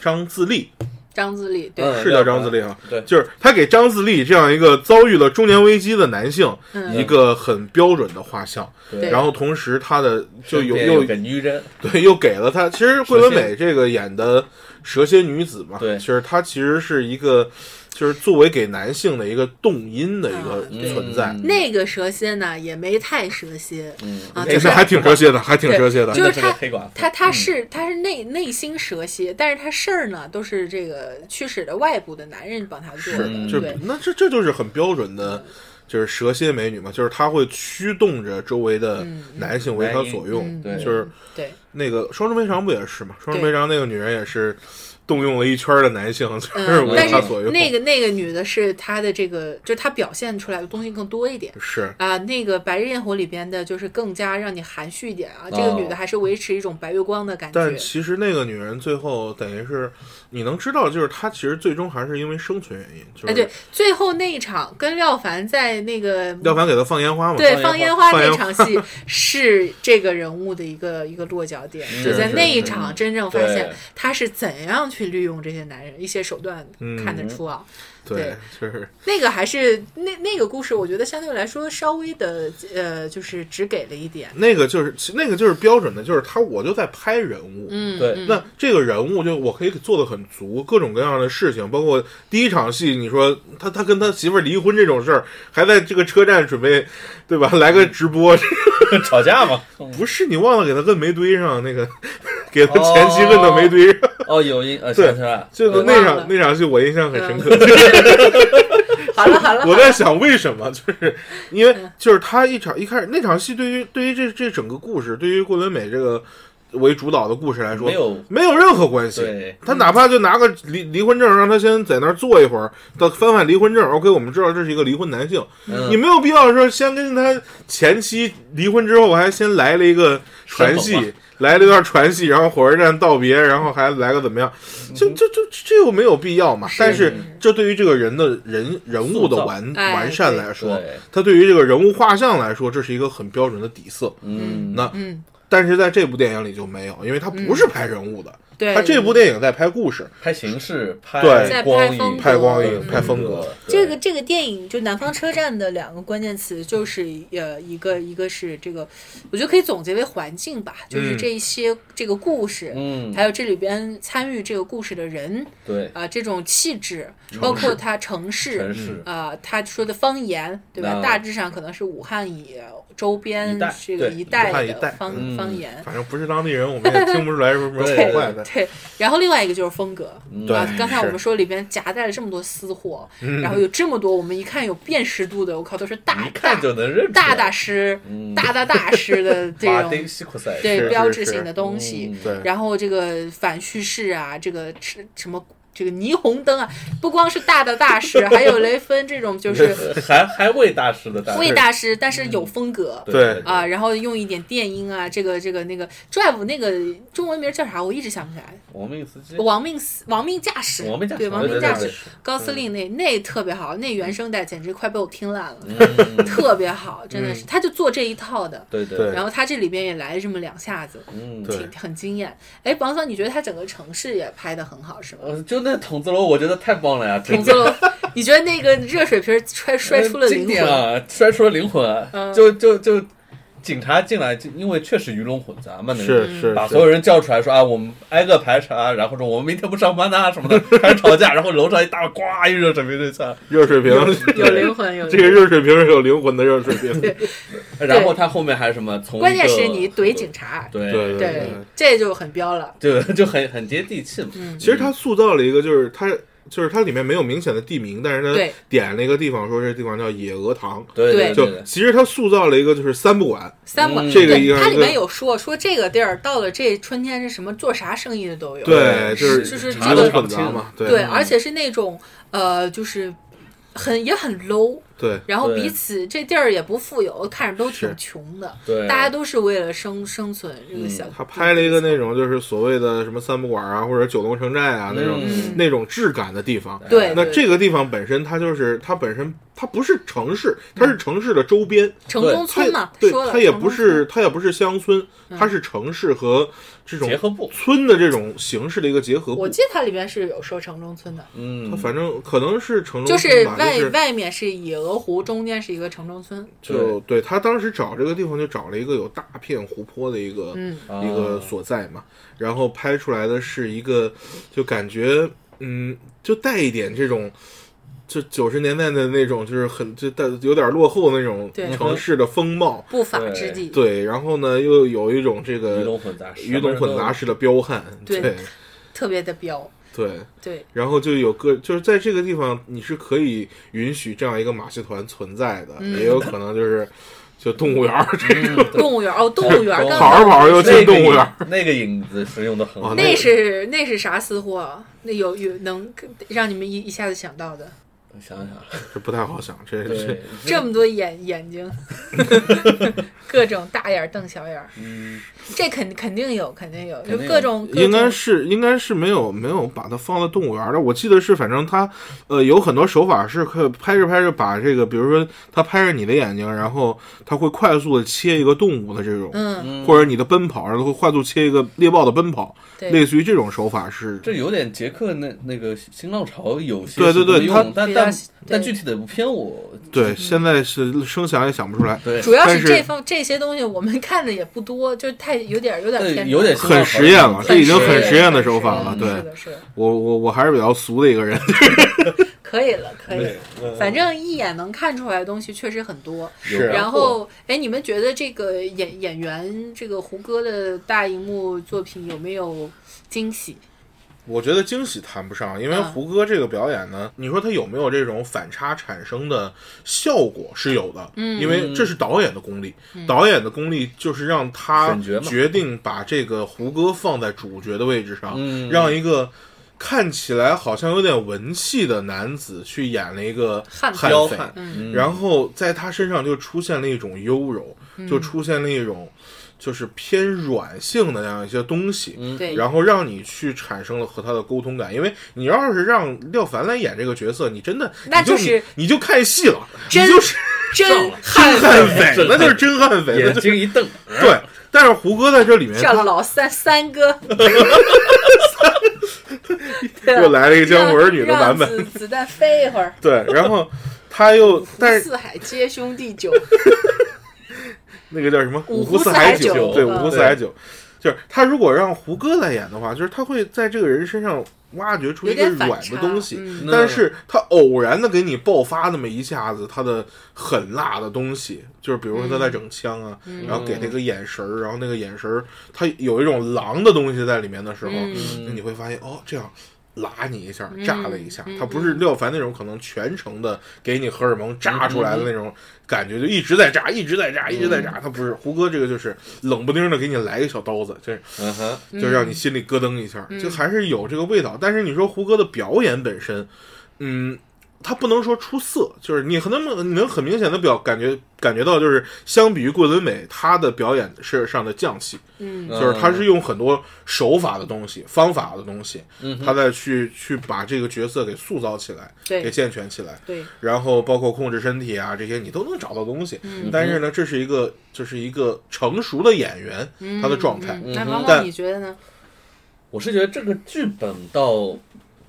C: 张自力，
A: 张自力对，
B: 嗯
C: 是叫张自力啊。
B: 对
C: 就是他给张自力这样一个遭遇了中年危机的男性
A: 嗯
C: 一个很标准的画像。
A: 对
C: 然后同时他的就
B: 有
C: 有
B: 有
C: 又
B: 个女人，
C: *laughs* 对又给了他，其实桂纶
B: 蛇蝎
C: 镁这个演的蛇蝎女子嘛，
B: 对
C: 其实她其实是一个，就是作为给男性的一个动因的一个
A: 啊对
C: 存在，
B: 嗯
A: 那个蛇蝎呢也没太蛇蝎，
B: 嗯
A: 啊
B: 那
A: 就
C: 其
A: 是
C: 实哎还挺蛇蝎的，还挺蛇蝎的
A: 对，就是
B: 真的
A: 他
B: 个黑寡妇，
A: 他他是他是内内心蛇蝎，但是他事儿呢都是这个驱使的外部的男人帮他做的，
C: 就
A: 对。
C: 那这这就是很标准的。就是蛇蝎美女嘛，就是她会驱动着周围的男性为她所用，
A: 嗯
B: 对
C: 就是
A: 对，
C: 那个《双城悲伤》不也是嘛？《双城
A: 对
C: 悲伤》那个女人也是动用了一圈儿的男性，就是
A: 嗯，但
C: 为她所
A: 是
C: 用。
A: 那个那个女的是她的这个，就是她表现出来的东西更多一点。
C: 是
A: 啊，那个《白日焰火》里边的，就是更加让你含蓄一点啊。这个
B: 哦
A: 女的还是维持一种白月光的感
C: 但
A: 觉，
C: 其实那个女人最后等于是，你能知道，就是她其实最终还是因为生存原因，就
A: 哎，对
C: 是，
A: 最后那一场跟廖凡在那个
C: 廖凡给她放烟花嘛。
A: 对
B: 放
A: 放
B: 烟
A: 烟花
C: 放
A: 那
C: 烟
A: 场戏是这个人物的一个一个落脚点，就是在
B: 是
A: 那一
B: 是
A: 场真正发
B: 对
A: 现他是怎样去利用这些男人一些手段，看得出啊。对
C: 对，就是
A: 那个还是那那个故事，我觉得相对来说稍微的呃，就是只给了一点，
C: 那个就是其那个就是标准的，就是她我就在拍人物。
A: 嗯，
B: 对
A: 嗯
C: 那这个人物就我可以做的很足，各种各样的事情，包括第一场戏，你说他他跟他媳妇儿离婚这种事儿，还在这个车站准备，对吧？来个直播，
B: *laughs*
C: *laughs*
B: 吵
A: *laughs*
B: 架嘛？
C: 不是你忘了给他摁煤堆上那个， *laughs* 给
A: 哦
C: 他前妻摁到煤堆上， *laughs*
B: 哦，有印呃，
C: 对
B: 想起来了，
C: 就
B: 对
C: 那
A: 忘了嗯
C: 场那场戏我印象很深刻。
A: 好了 *laughs* 好了，
C: 我
A: 好了
C: 在想为什么，就是因为就是他一场一开始那场戏，对于对于这这整个故事，对于桂纶镁这个为主导的故事来说，
B: 没有
C: 没有任何关系。
B: 对
C: 他哪怕就拿个离离婚证，让他先在那儿坐一会儿，到翻翻离婚证，OK，我们知道这是一个离婚男性，
B: 嗯
C: 你没有必要说先跟他前妻离婚之后还先来了一个传
B: 山口
C: 戏，来了一段传戏，然后火车站道别，然后还来个怎么样？
B: 嗯
C: 这这这这又没有必要嘛？但是这对于这个人的人人物
B: 塑
C: 的
B: 造
C: 完
A: 哎
C: 完善
A: 对
C: 来说
A: 嗯
B: 对，
C: 他对于这个人物画像来说，这是一个很标准的底色。
B: 嗯，
C: 那
A: 嗯，
C: 但是在这部电影里就没有，因为他不是拍人物的，
A: 对，
C: 他这部电影在拍故事，
B: 拍形式，拍
C: 对
A: 在拍
B: 光
A: 风
B: 影，
A: 格
C: 拍光影
B: 嗯
C: 拍风格
A: 这个这个电影就南方车站的两个关键词，就是呃一个一个是这个，我觉得可以总结为环境吧，就是
C: 嗯
A: 这一些这个故事，
B: 嗯
A: 还有这里边参与这个故事的人
B: 对
A: 啊、这种气质，包括他城
B: 城
A: 市。
C: 嗯
B: 市，
A: 啊、他说的方言，对吧？
B: 那
A: 大致上可能是武汉以周边
B: 一带
A: 这个
B: 对
A: 一
C: 武汉一
A: 的
C: 带
A: 方
B: 嗯
A: 方言，
C: 反正不是当地人，我们也听不出来有什么
B: 对
C: 好坏的。
A: 对，然后另外一个就是风格，
B: 嗯
C: 对
A: 啊，刚才我
C: 是
A: 们说里边夹带了这么多私货，然后有这么多我们一看有辨识度的，我靠，都是大
B: 嗯一看就能认出来。
A: 大大大师、
B: 嗯
A: 大大大师
B: *laughs*
A: 的这
B: 马丁
A: 种
B: 西库塞
A: 对
C: 是
A: 标志
C: 是
A: 性的东西，
B: 嗯
C: 对，
A: 然后这个反叙事啊，这个吃什么。这个霓虹灯啊，不光是大的大师，还有雷锋这种
B: *laughs*
A: 就是
B: 嗯还还魏大师的大嗯师，
A: 魏大师，但是有风格，
C: 对
A: 啊，然后用一点电音啊，这个这个那个 drive 那个中文名叫啥？我一直想不起来。
B: 亡命司机，
A: 亡命死亡命驾驶，
B: 哎亡命驾驶
A: 对亡命
B: 对
A: 驾
B: 对
A: 驶
B: 对，
A: 高司令那那特别好，那原声带简直快被我听烂了，
B: 嗯
A: 特别好，真的是，他就做这一套的。
B: *laughs* 对
C: 对
A: 然后他这里边也来了这么两下子，
B: 嗯，
C: 对
A: 挺很惊艳。哎，王桑，你觉得他整个城市也拍的很好是吗？
B: 呃，就那筒子楼，我觉得太棒了呀！
A: *laughs* 筒子楼，你觉得那个热水瓶摔摔出了灵
B: 呃经典
A: 魂？
B: 啊，摔出了灵魂啊，
A: 嗯
B: 就就就警察进来，就因为确实鱼龙混杂嘛，那个
C: 是是
B: 把
C: 是
B: 所有人叫出来说啊，我们挨个排查，然后说我们明天不上班呐、什么的，开始吵架，然后楼上一大呱一热水瓶就下，
C: 热水瓶，
A: 有灵魂，有
C: 这
A: 灵
C: 个
A: 魂。
C: 热水瓶是有灵魂的热水瓶。
B: 然后他后面还有什么从
A: 关
B: 一
A: 键
B: 个
A: 是你怼警察，
B: 对
C: 对嗯对
A: 对，这就很标了。
B: 就就很很接地气嘛，
A: 嗯
C: 其实他塑造了一个，就是他就是它里面没有明显的地名，但是
A: 对
C: 他点了一个地方，说这地方叫野鹅塘。
B: 对
A: 对
B: 对
C: 就其实他塑造了一个就是三不管，
A: 三管，
B: 嗯
C: 这个一
A: 对，
C: 个
A: 它里
C: 对
A: 面有说说这个地儿到了这春天是什么做啥生意的都有，
C: 对，就是
A: 就是
C: 是
A: 这
C: 鱼
A: 个
C: 龙混杂嘛，
A: 对
C: 对
A: 而且是那种呃，就是很也很 low，
C: 对
A: 然后
B: 对
A: 彼此这地儿也不富有，看着都挺
C: 是嗯
A: 穷的，
B: 对
A: 大家都是为了生生存这个小，
C: 他拍了一个那种就是所谓的什么三不管啊，或者九龙城寨啊那种
A: 嗯
C: 那种质感的地方。
A: 对，
C: 那
A: 对
C: 这个地方本身它就是它本身它不是城市，它
A: 嗯
C: 是城市的周边，
A: 城中
C: 它
A: 村嘛，
C: 对
A: 说了
C: 它也
A: 城
C: 不
A: 中村嗯
C: 是它也不是乡村，它是城市和这种
B: 结合部，
C: 村的这种形式的一个结合部
A: 我。记得它里面是有说城中村的，
B: 嗯，
C: 反正可能是城中
A: 就是
C: 村吧，
A: 外
C: 就是
A: 外面是野鹅湖，中间是一个城中村，
C: 就对他当时找这个地方就找了一个有大片湖泊的一个、
A: 嗯
B: 啊
C: 一个所在嘛，然后拍出来的是一个就感觉嗯，就带一点这种。就九十年代的那种，就是很就带有点落后那种
A: 对
C: 城市的风貌，
A: 不法
B: 对
A: 之地，
C: 对，然后呢又有一种这
B: 鱼龙
C: 个
B: 混杂，
C: 呃鱼龙混杂式的彪悍，
A: 对
C: 对
A: 特别的彪，
C: 对，
A: 对，
C: 然后就有个就是在这个地方，你是可以允许这样一个马戏团存在的，
A: 嗯
C: 也有可能就是就动物园儿这种、
A: 动物园哦，动物园儿，
B: 动物
A: 刚
C: 跑着跑着又
B: 那个
C: 进动物园儿，
B: 影那个影子是用的很好
C: 啊，
A: 那是那是啥私货？那有有能让你们一一下子想到的
B: 我想想，
C: 这不太好想，这这
B: 对，
A: 这么多眼眼睛， *laughs* 各种大眼儿瞪小眼儿，
B: 嗯
A: 这肯肯定有，肯定有，
B: 肯定有
A: 就各种各
C: 应该
A: 种
C: 是应该是没有没有把它放到动物园儿的。我记得是，反正它呃有很多手法是可以拍着拍着把这个，比如说它拍着你的眼睛，然后它会快速的切一个动物的这种。
A: 嗯，
C: 或者你的奔跑，然后会快速切一个猎豹的奔跑，
A: 对
C: 类似于这种手法是
B: 这有点捷克那那个新浪潮有些
C: 对对对
B: 是不
C: 它
B: 用但
A: 比较
B: 但
A: 对
B: 但具体的偏我
C: 对，现在是声响也想不出来，
B: 对
A: 主要
C: 但
A: 是
C: 是
A: 这方这些东西我们看的也不多，就是太有点儿有点儿
B: 对
A: 偏
B: 有点新浪潮
C: 很实验了这已经很
A: 实
C: 实验的手
A: 很
C: 法
A: 验
C: 了
A: 嗯
C: 对
A: 是的，是的，
C: 我我我还是比较俗的一个人，
A: 可以了，可以了
B: 对。
C: 嗯
A: 反正一眼能看出来的东西确实很多，
C: 是
B: 有
A: 然后，哎，你们觉得这个演演员这个胡歌的大荧幕作品有没有惊喜？
C: 我觉得惊喜谈不上，因为
A: 嗯
C: 胡歌这个表演呢，你说他有没有这种反差产生的效果是有的，嗯，因为这是导演的功力，导演的功力就是让他
B: 选角嘛
C: 决定把这个胡歌放在主角的位置上，
B: 嗯
C: 让一个。看起来好像有点文气的男子去演了一个
A: 悍匪
C: 悍
B: 彪
C: 匪，
B: 悍，嗯
C: 然后在他身上就出现了一种优柔，
A: 嗯
C: 就出现了一种就是偏软性的那样一些东西，
A: 对，
C: 嗯然后让你去产生了和他的沟通感。因为你要是让廖凡来演这个角色，你真的
A: 那
C: 你就
A: 就是
C: 你就看戏了，
A: 真
C: 你就是
A: 真
C: 真
A: 悍
C: 悍
A: 匪，
C: 匪，那就是真悍匪，那
D: 眼
C: 就
D: 睛一瞪，
C: 对。但是胡歌在这里面，
A: 叫
C: 他
A: 老三三
C: *laughs*
A: 哥，
C: 又来了一个江湖儿女的版
A: 啊让
C: 本，
A: 子子弹飞一会儿，
C: 对，然后他
A: *laughs*
C: 又，但是
A: 四海皆兄弟酒，
C: *laughs* 那个叫什么
A: 五湖
C: 湖
A: 四海
C: 海
A: 酒
C: 对，
A: 嗯
C: 五湖四海酒，就是他如果让胡歌来演的话，就是他会在这个人身上挖掘出一个
A: 有点反
C: 软的东西
A: 差，嗯
C: 但是他偶然的给你爆发那么一下子，他的狠辣的东西，就是比如说他在整枪啊，然后给那个眼神儿，然后那个眼神儿，他有一种狼的东西在里面的时候，
B: 嗯
C: 你会发现哦，这样。拉你一下，炸了一下，他不是廖凡那种可能全程的给你荷尔蒙炸出来的那种感觉，就一直在炸，一直在炸，一直在炸。他不是胡歌这个，就是冷不丁的给你来一个小刀子，就是
B: 嗯哼，
C: 就让你心里咯噔一下，就还是有这个味道。但是你说胡歌的表演本身，嗯，他不能说出色，就是你很能你能很明显的表感觉感觉到，就是相比于桂纶镁，他的表演是上的降气，
A: 嗯
C: 就是他是用很多手法的东西、方法的东西，
B: 嗯哼
C: 他再去去把这个角色给塑造起来，
A: 对
C: 给健全起来。
A: 对，
C: 然后包括控制身体啊这些，你都能找到东西。但是
B: 嗯
C: 呢，这是一个这是一个成熟的演员、他的状态。
A: 嗯
C: 嗯
A: 那毛毛
C: 但
A: 你觉得呢？
B: 我是觉得这个剧本倒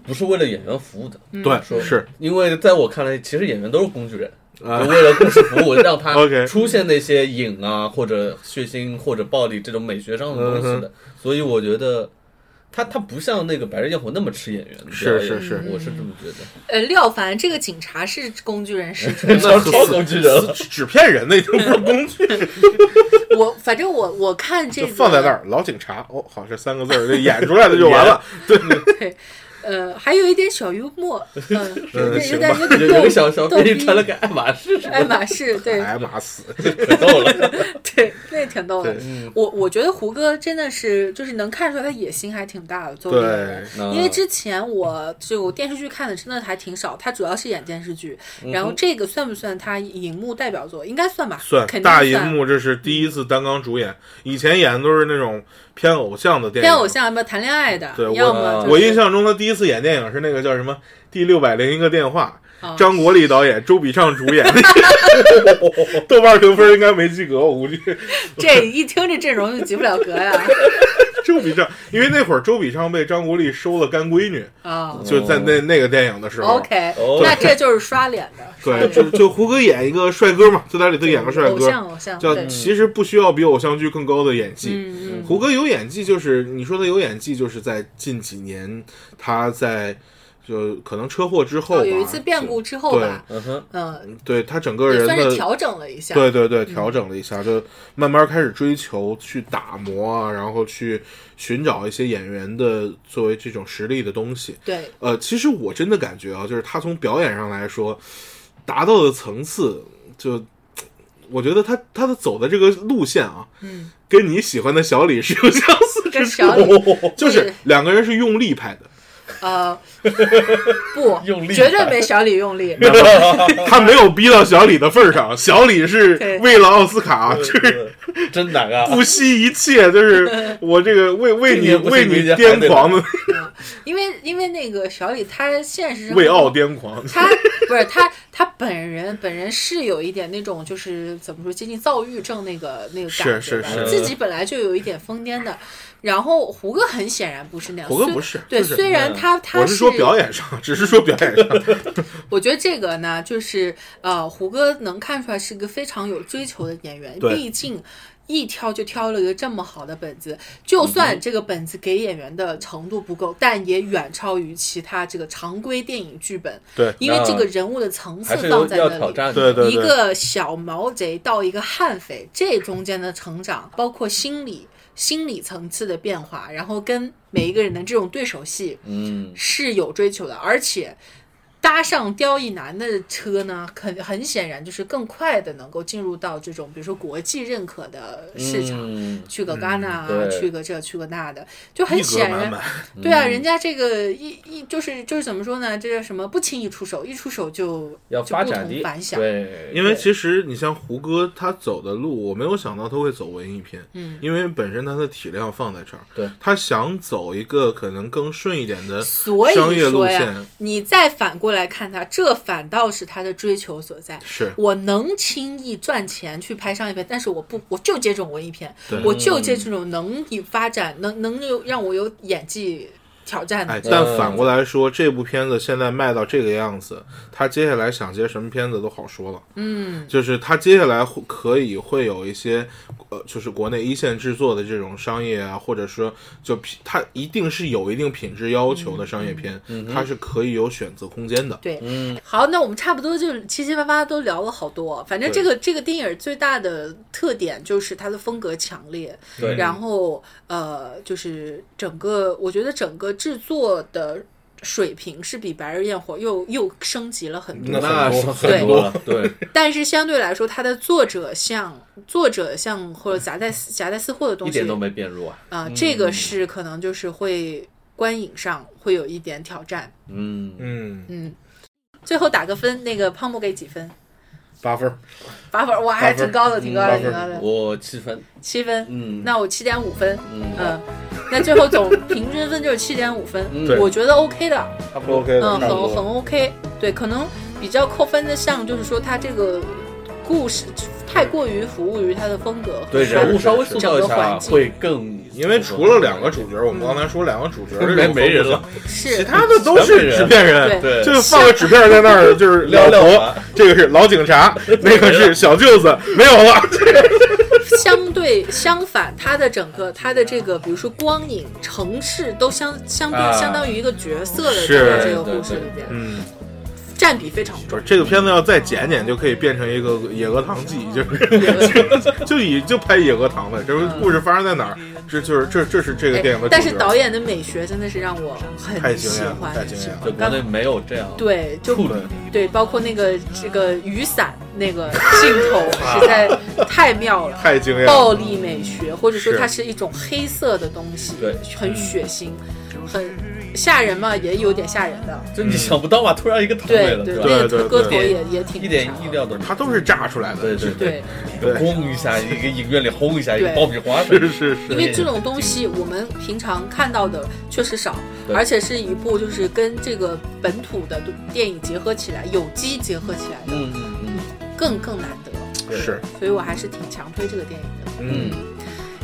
B: 不是为了演员服务的，
A: 嗯
B: 嗯说
C: 对，是
B: 因为在我看来，其实演员都是工具人，
C: 啊
B: 就为了故事服
C: *laughs*
B: 务，让他
C: OK
B: 出现那些影啊或者血腥或者暴力这种美学上的东西
C: 嗯
B: 的，所以我觉得。他他不像那个《白日焰火》那么吃演员的表演，
C: 是是是
B: 我是这么觉得。
A: 呃，廖凡这个警察是工具人十足，
B: *laughs*
C: *laughs*
B: 那超工具人了，
C: 纸片人那种工具，
A: 我反正我我看这
C: 就
A: 个
C: 放在那儿。老警察，哦，好，这三个字儿就演出来了就完了。
A: 对，呃，还有一点小幽
C: *laughs*
A: 默，嗯，有点有
C: 行
A: 点
C: 吧
A: 有
B: 有
A: 点
B: 有
A: 逗
B: 个小小
A: 逗
B: 编
A: 逼
B: 辑穿了个爱马仕
C: *laughs*
B: 什么
A: 爱马仕， *laughs* 对
C: 哎妈死！
B: 的，可逗 *laughs* 了。
A: 对，那挺逗的
C: 对。
A: 我我觉得胡歌真的是，就是能看出来他野心还挺大的，作为演员
C: 对。
B: 嗯
A: 因为之前我就电视剧看的真的还挺少，他主要是演电视剧，
C: 嗯
A: 然后这个算不算他荧幕代表作？应该算吧，
C: 算
A: 肯定
C: 大
A: 算。
C: 银幕，这是第一次担纲主演，以前演的都是那种偏偶像的电影。
A: 偏偶。像，要么谈恋爱的
C: 对，我嗯
A: 要么就是
C: 我印象中他第一次演电影是那个叫什么《第六百零一个电话
A: 啊》，
C: 张国立导演，周笔畅主演。
A: *laughs*
C: 豆瓣评分应该没及格，我估计。
A: 这一听这阵容就及不了格
C: *laughs*
A: 呀。
C: 周笔畅，因为那会儿周笔畅被张国立收了干闺女，
A: 啊
C: 就在那那个电影的时候。
A: ，OK，
B: 哦
A: 那这就是刷脸的，刷
C: 对，
A: 脸
C: 就就胡歌演一个帅哥嘛，就在里头演个帅
A: 偶像
C: 哥，
A: 偶像，
C: 叫
A: 对，
C: 其实不需要比偶像剧更高的演技。
A: 嗯嗯，
C: 胡歌有演技，就是你说的有演技，就是在近几年他在就可能车祸之后吧，
A: 哦有一次变故之后吧，
B: 嗯哼，
A: 嗯，
C: 对他整个
A: 也
C: 人
A: 算是
C: 的。
A: 调整了嗯一下，
C: 对对对，调整了一下，就慢慢开始追求，去打磨啊，然后去寻找一些演员的作为这种实力的东西。 *laughs*
A: 对，
C: 呃，其实我真的感觉啊，就是他从表演上来说，达到的层次，就我觉得他他的走的这个路线啊，
A: 嗯，
C: 跟你喜欢的小李是有相
A: *laughs*
C: 似之
A: 跟
C: 处，
A: 小李
C: 就是
A: 对
C: 两个人是用力拍的， *laughs*
A: 呃，不，
B: 用力
A: 绝对没小李用力，
B: *laughs*
C: 嗯他没有逼到小李的份儿上，小李是
A: 对
C: 为了奥斯卡，就是
B: 是真难
A: *laughs*
B: 啊！
C: 不惜一切，就是我这个为为
B: 今
C: 你
B: 年不
C: 为
B: 行
C: 你
B: 明年还
C: 癫
B: 得
C: 狂的，
A: 因为因为那个小李他现实生活
C: 为
A: 中
C: 奥癫狂，
A: 他不是他，他本人本人是有一点那种，就是怎么说，接近躁郁症那个那个感觉吧，
C: 是是是
A: 自己本来就有一点疯癫的。然后胡歌很显然不是那样，
C: 胡歌
A: 虽
C: 不是
A: 对，
C: 就是嗯
A: 虽然他他
C: 我是说表演上，只是说表演上，
A: 我觉得这个呢，就是呃，胡歌能看出来是个非常有追求的演员，
C: 对
A: 毕竟。一挑就挑了一个这么好的本子，就
B: 嗯
A: 算这个本子给演员的程度不够，但也远超于其他这个常规电影剧本，
C: 对
A: 因为这个人物的层次
B: 还是
A: 放
B: 有
A: 在
B: 要
A: 那
B: 挑
A: 里。
B: 战
C: 对
B: 的。
C: 对
A: 一个小毛贼到一个悍匪，这中间的成长，包括心理心理层次的变化，然后跟每一个人的这种对手戏
B: 嗯，
A: 是有追求的，而且搭上刁亦男的车呢，很很显然就是更快的能够进入到这种比如说国际认可的市场。
B: 嗯
A: 去个戛纳啊，
B: 对
A: 去个这，去个那的，就很
C: 一格
A: 显
C: 满
A: 然，
C: 满，
A: 对啊，人家这个一一就是就是怎么说呢，这叫什么不轻易出手，一出手就
B: 要
A: 就
B: 发
A: 不
B: 展
A: 同
B: 的
A: 凡响，
B: 对，
C: 因为
B: 对
C: 其实你像胡歌他走的路，我没有想到他会走文艺片，
A: 嗯，
C: 因为本身他的体量放在这儿，
B: 对，
C: 他想走一个可能更顺一点的
A: 所
C: 商业
A: 以
C: 路
A: 说呀，
C: 线，
A: 你再反过来看他，这反倒是他的追求所在。
C: 是
A: 我能轻易赚钱去拍商业片，但是我不，我就接这种文艺片
C: 对，
A: 我就接这种能以发展、能能有让我有演技挑战的。
C: 哎，但反过来说，这部片子现在卖到这个样子，他接下来想接什么片子都好说了。嗯，就是他接下来会可以会有一些，呃，就是国内一线制作的这种商业啊，或者说就品，它一定是有一定品质要求的商业片，它是可以有选择空间的。
A: 对，
C: 嗯
A: 好，那我们差不多就七七八八都聊了好多。反正这个这个电影最大的特点就是它的风格强烈，
B: 对
A: 然后呃，就是整个我觉得整个制作的水平是比《白日焰火又》又升级了很多。
C: 那
B: 那是
C: 很
B: 很
C: 多
B: 多了，对，
A: 但是相对来说，它的作者像作者像或者夹带私夹带私货的 *laughs* 东
B: 嗯一
A: 西
B: 点都没变弱啊。
A: 啊、这个是可能就是会观影上会有一点挑战。
B: 嗯，
C: 嗯，
A: 嗯，最后打个分，那个胖木给几分？
D: 八分儿，
A: 八分，哇，还
D: 八分
A: 挺高的，挺高的，
D: 八分
A: 挺高的，
B: 嗯我七分，
A: 七分。
B: 嗯，
A: 那我七点五分，
B: 嗯
A: 嗯，那最后总平均分就是七点五分
B: 嗯对，
A: 我觉得 OK 的，
D: 差不多
C: OK 的，
A: 嗯，
D: 差
A: 很
D: 不多
A: 很 OK。对，可能比较扣分的项就是说他这个故事太过于服务于他的风格，
B: 对人物稍微塑造一
A: 整个环
B: 下
A: 境
B: 会更，
C: 因为除了两个主角，我们刚才说两个主角
B: 没没人
C: *laughs*
B: 了，
C: 其
A: 是
C: 他的都是纸片人，
B: 对
C: 就是放个纸片在那儿，就是
B: 聊
C: 老
B: 聊
C: 婆，这个是老警 *laughs* 察，那个是小舅子，没有了。
A: 相对相反，它的整个它的这个，比如说光影、城市，都相相对、
B: 啊
A: 相当于一个角色的
C: 是
A: 在这个
B: 对
A: 故事
B: 对
A: 里边，
C: 嗯，
A: 占比非常
C: 不
A: 重
C: 是。这个片子要再剪剪，就可以变成一个野鹅塘记，就是
A: 也有 *laughs*
C: 就以就拍野鹅塘的，就是故事发生在哪儿，这就是这这是这个电影的主角。
A: 哎但是导演的美学真的是让我
C: 太
A: 很
C: 惊
A: 喜
C: 艳了
A: 欢，
C: 太
A: 很
C: 惊
A: 喜
C: 艳了
B: 就
A: 欢。
B: 国
A: 刚
B: 内没有这样
A: 对，就嗯
B: 处理。
A: 对，包括那个这个雨伞那个镜
C: *laughs*
A: 头实在太妙了。
C: 啊太惊艳
A: 暴
C: 了，
A: 力美学，或者说
C: 是嗯
A: 它是一种黑色的东西，
B: 对
A: 很血腥，很吓人嘛，也有点吓人的。
B: 就你想不到啊吧？突然一个躺没
A: 对
B: 了，
A: 对
B: 吧？
A: 那
C: 对
A: 个
C: 对
A: 个头
C: 对
A: 也也挺
B: 一点
A: 强
B: 意
A: 的
B: 料都没
C: 他都是炸出来
B: 有。对，
C: 的
B: 对
A: 对，
C: 对
B: 咣一下，一个影院里轰一下，一
A: 对
B: 个爆米花，
C: 是是
A: 因
C: 是，
A: 为这种东西我们平常看到的确实少，
B: 对
A: 而且是一部就是跟这个本土的电影结合起来，有机结合起来的，
B: 嗯嗯嗯，
A: 更更难得。
B: 对
C: 是
A: 所以我还是挺强推这个电影的。
C: 嗯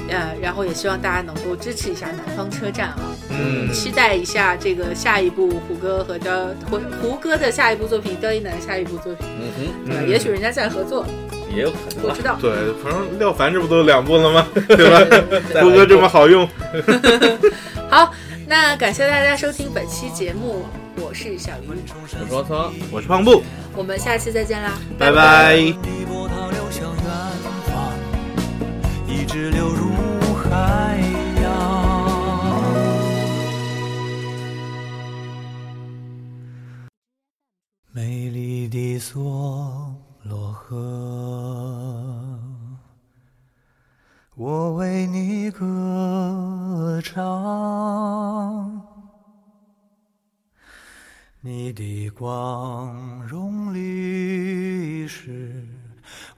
A: 呃，然后也希望大家能够支持一下南方车站啊，
C: 嗯
A: 期待一下这个下一部胡歌和刁胡胡歌的下一部作品，刁亦男的下一部作品，
B: 嗯哼，
A: 对吧？
C: 嗯
A: 也许人家在合作，
B: 也有可能
A: 不
B: 吧
A: 知。道。
C: 对，反正廖凡这不都两部了吗？对
A: 对
C: 吧？
A: 对 *laughs* 对
B: 再来
C: 胡
B: 一
C: 歌
B: 个
C: 这么好用，
A: 好，那感谢大家收听本期节目，我是小鱼，
B: 我是王
A: 嗯
B: 仓。
C: 我是胖布，
A: 我们下期再见啦，
C: 拜拜。
E: 的波涛流向远方，一直流入海洋。美丽的索罗河，我为你歌唱。你的光荣历史，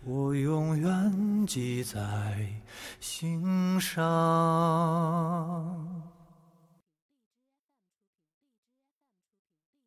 E: 我永远记在心上。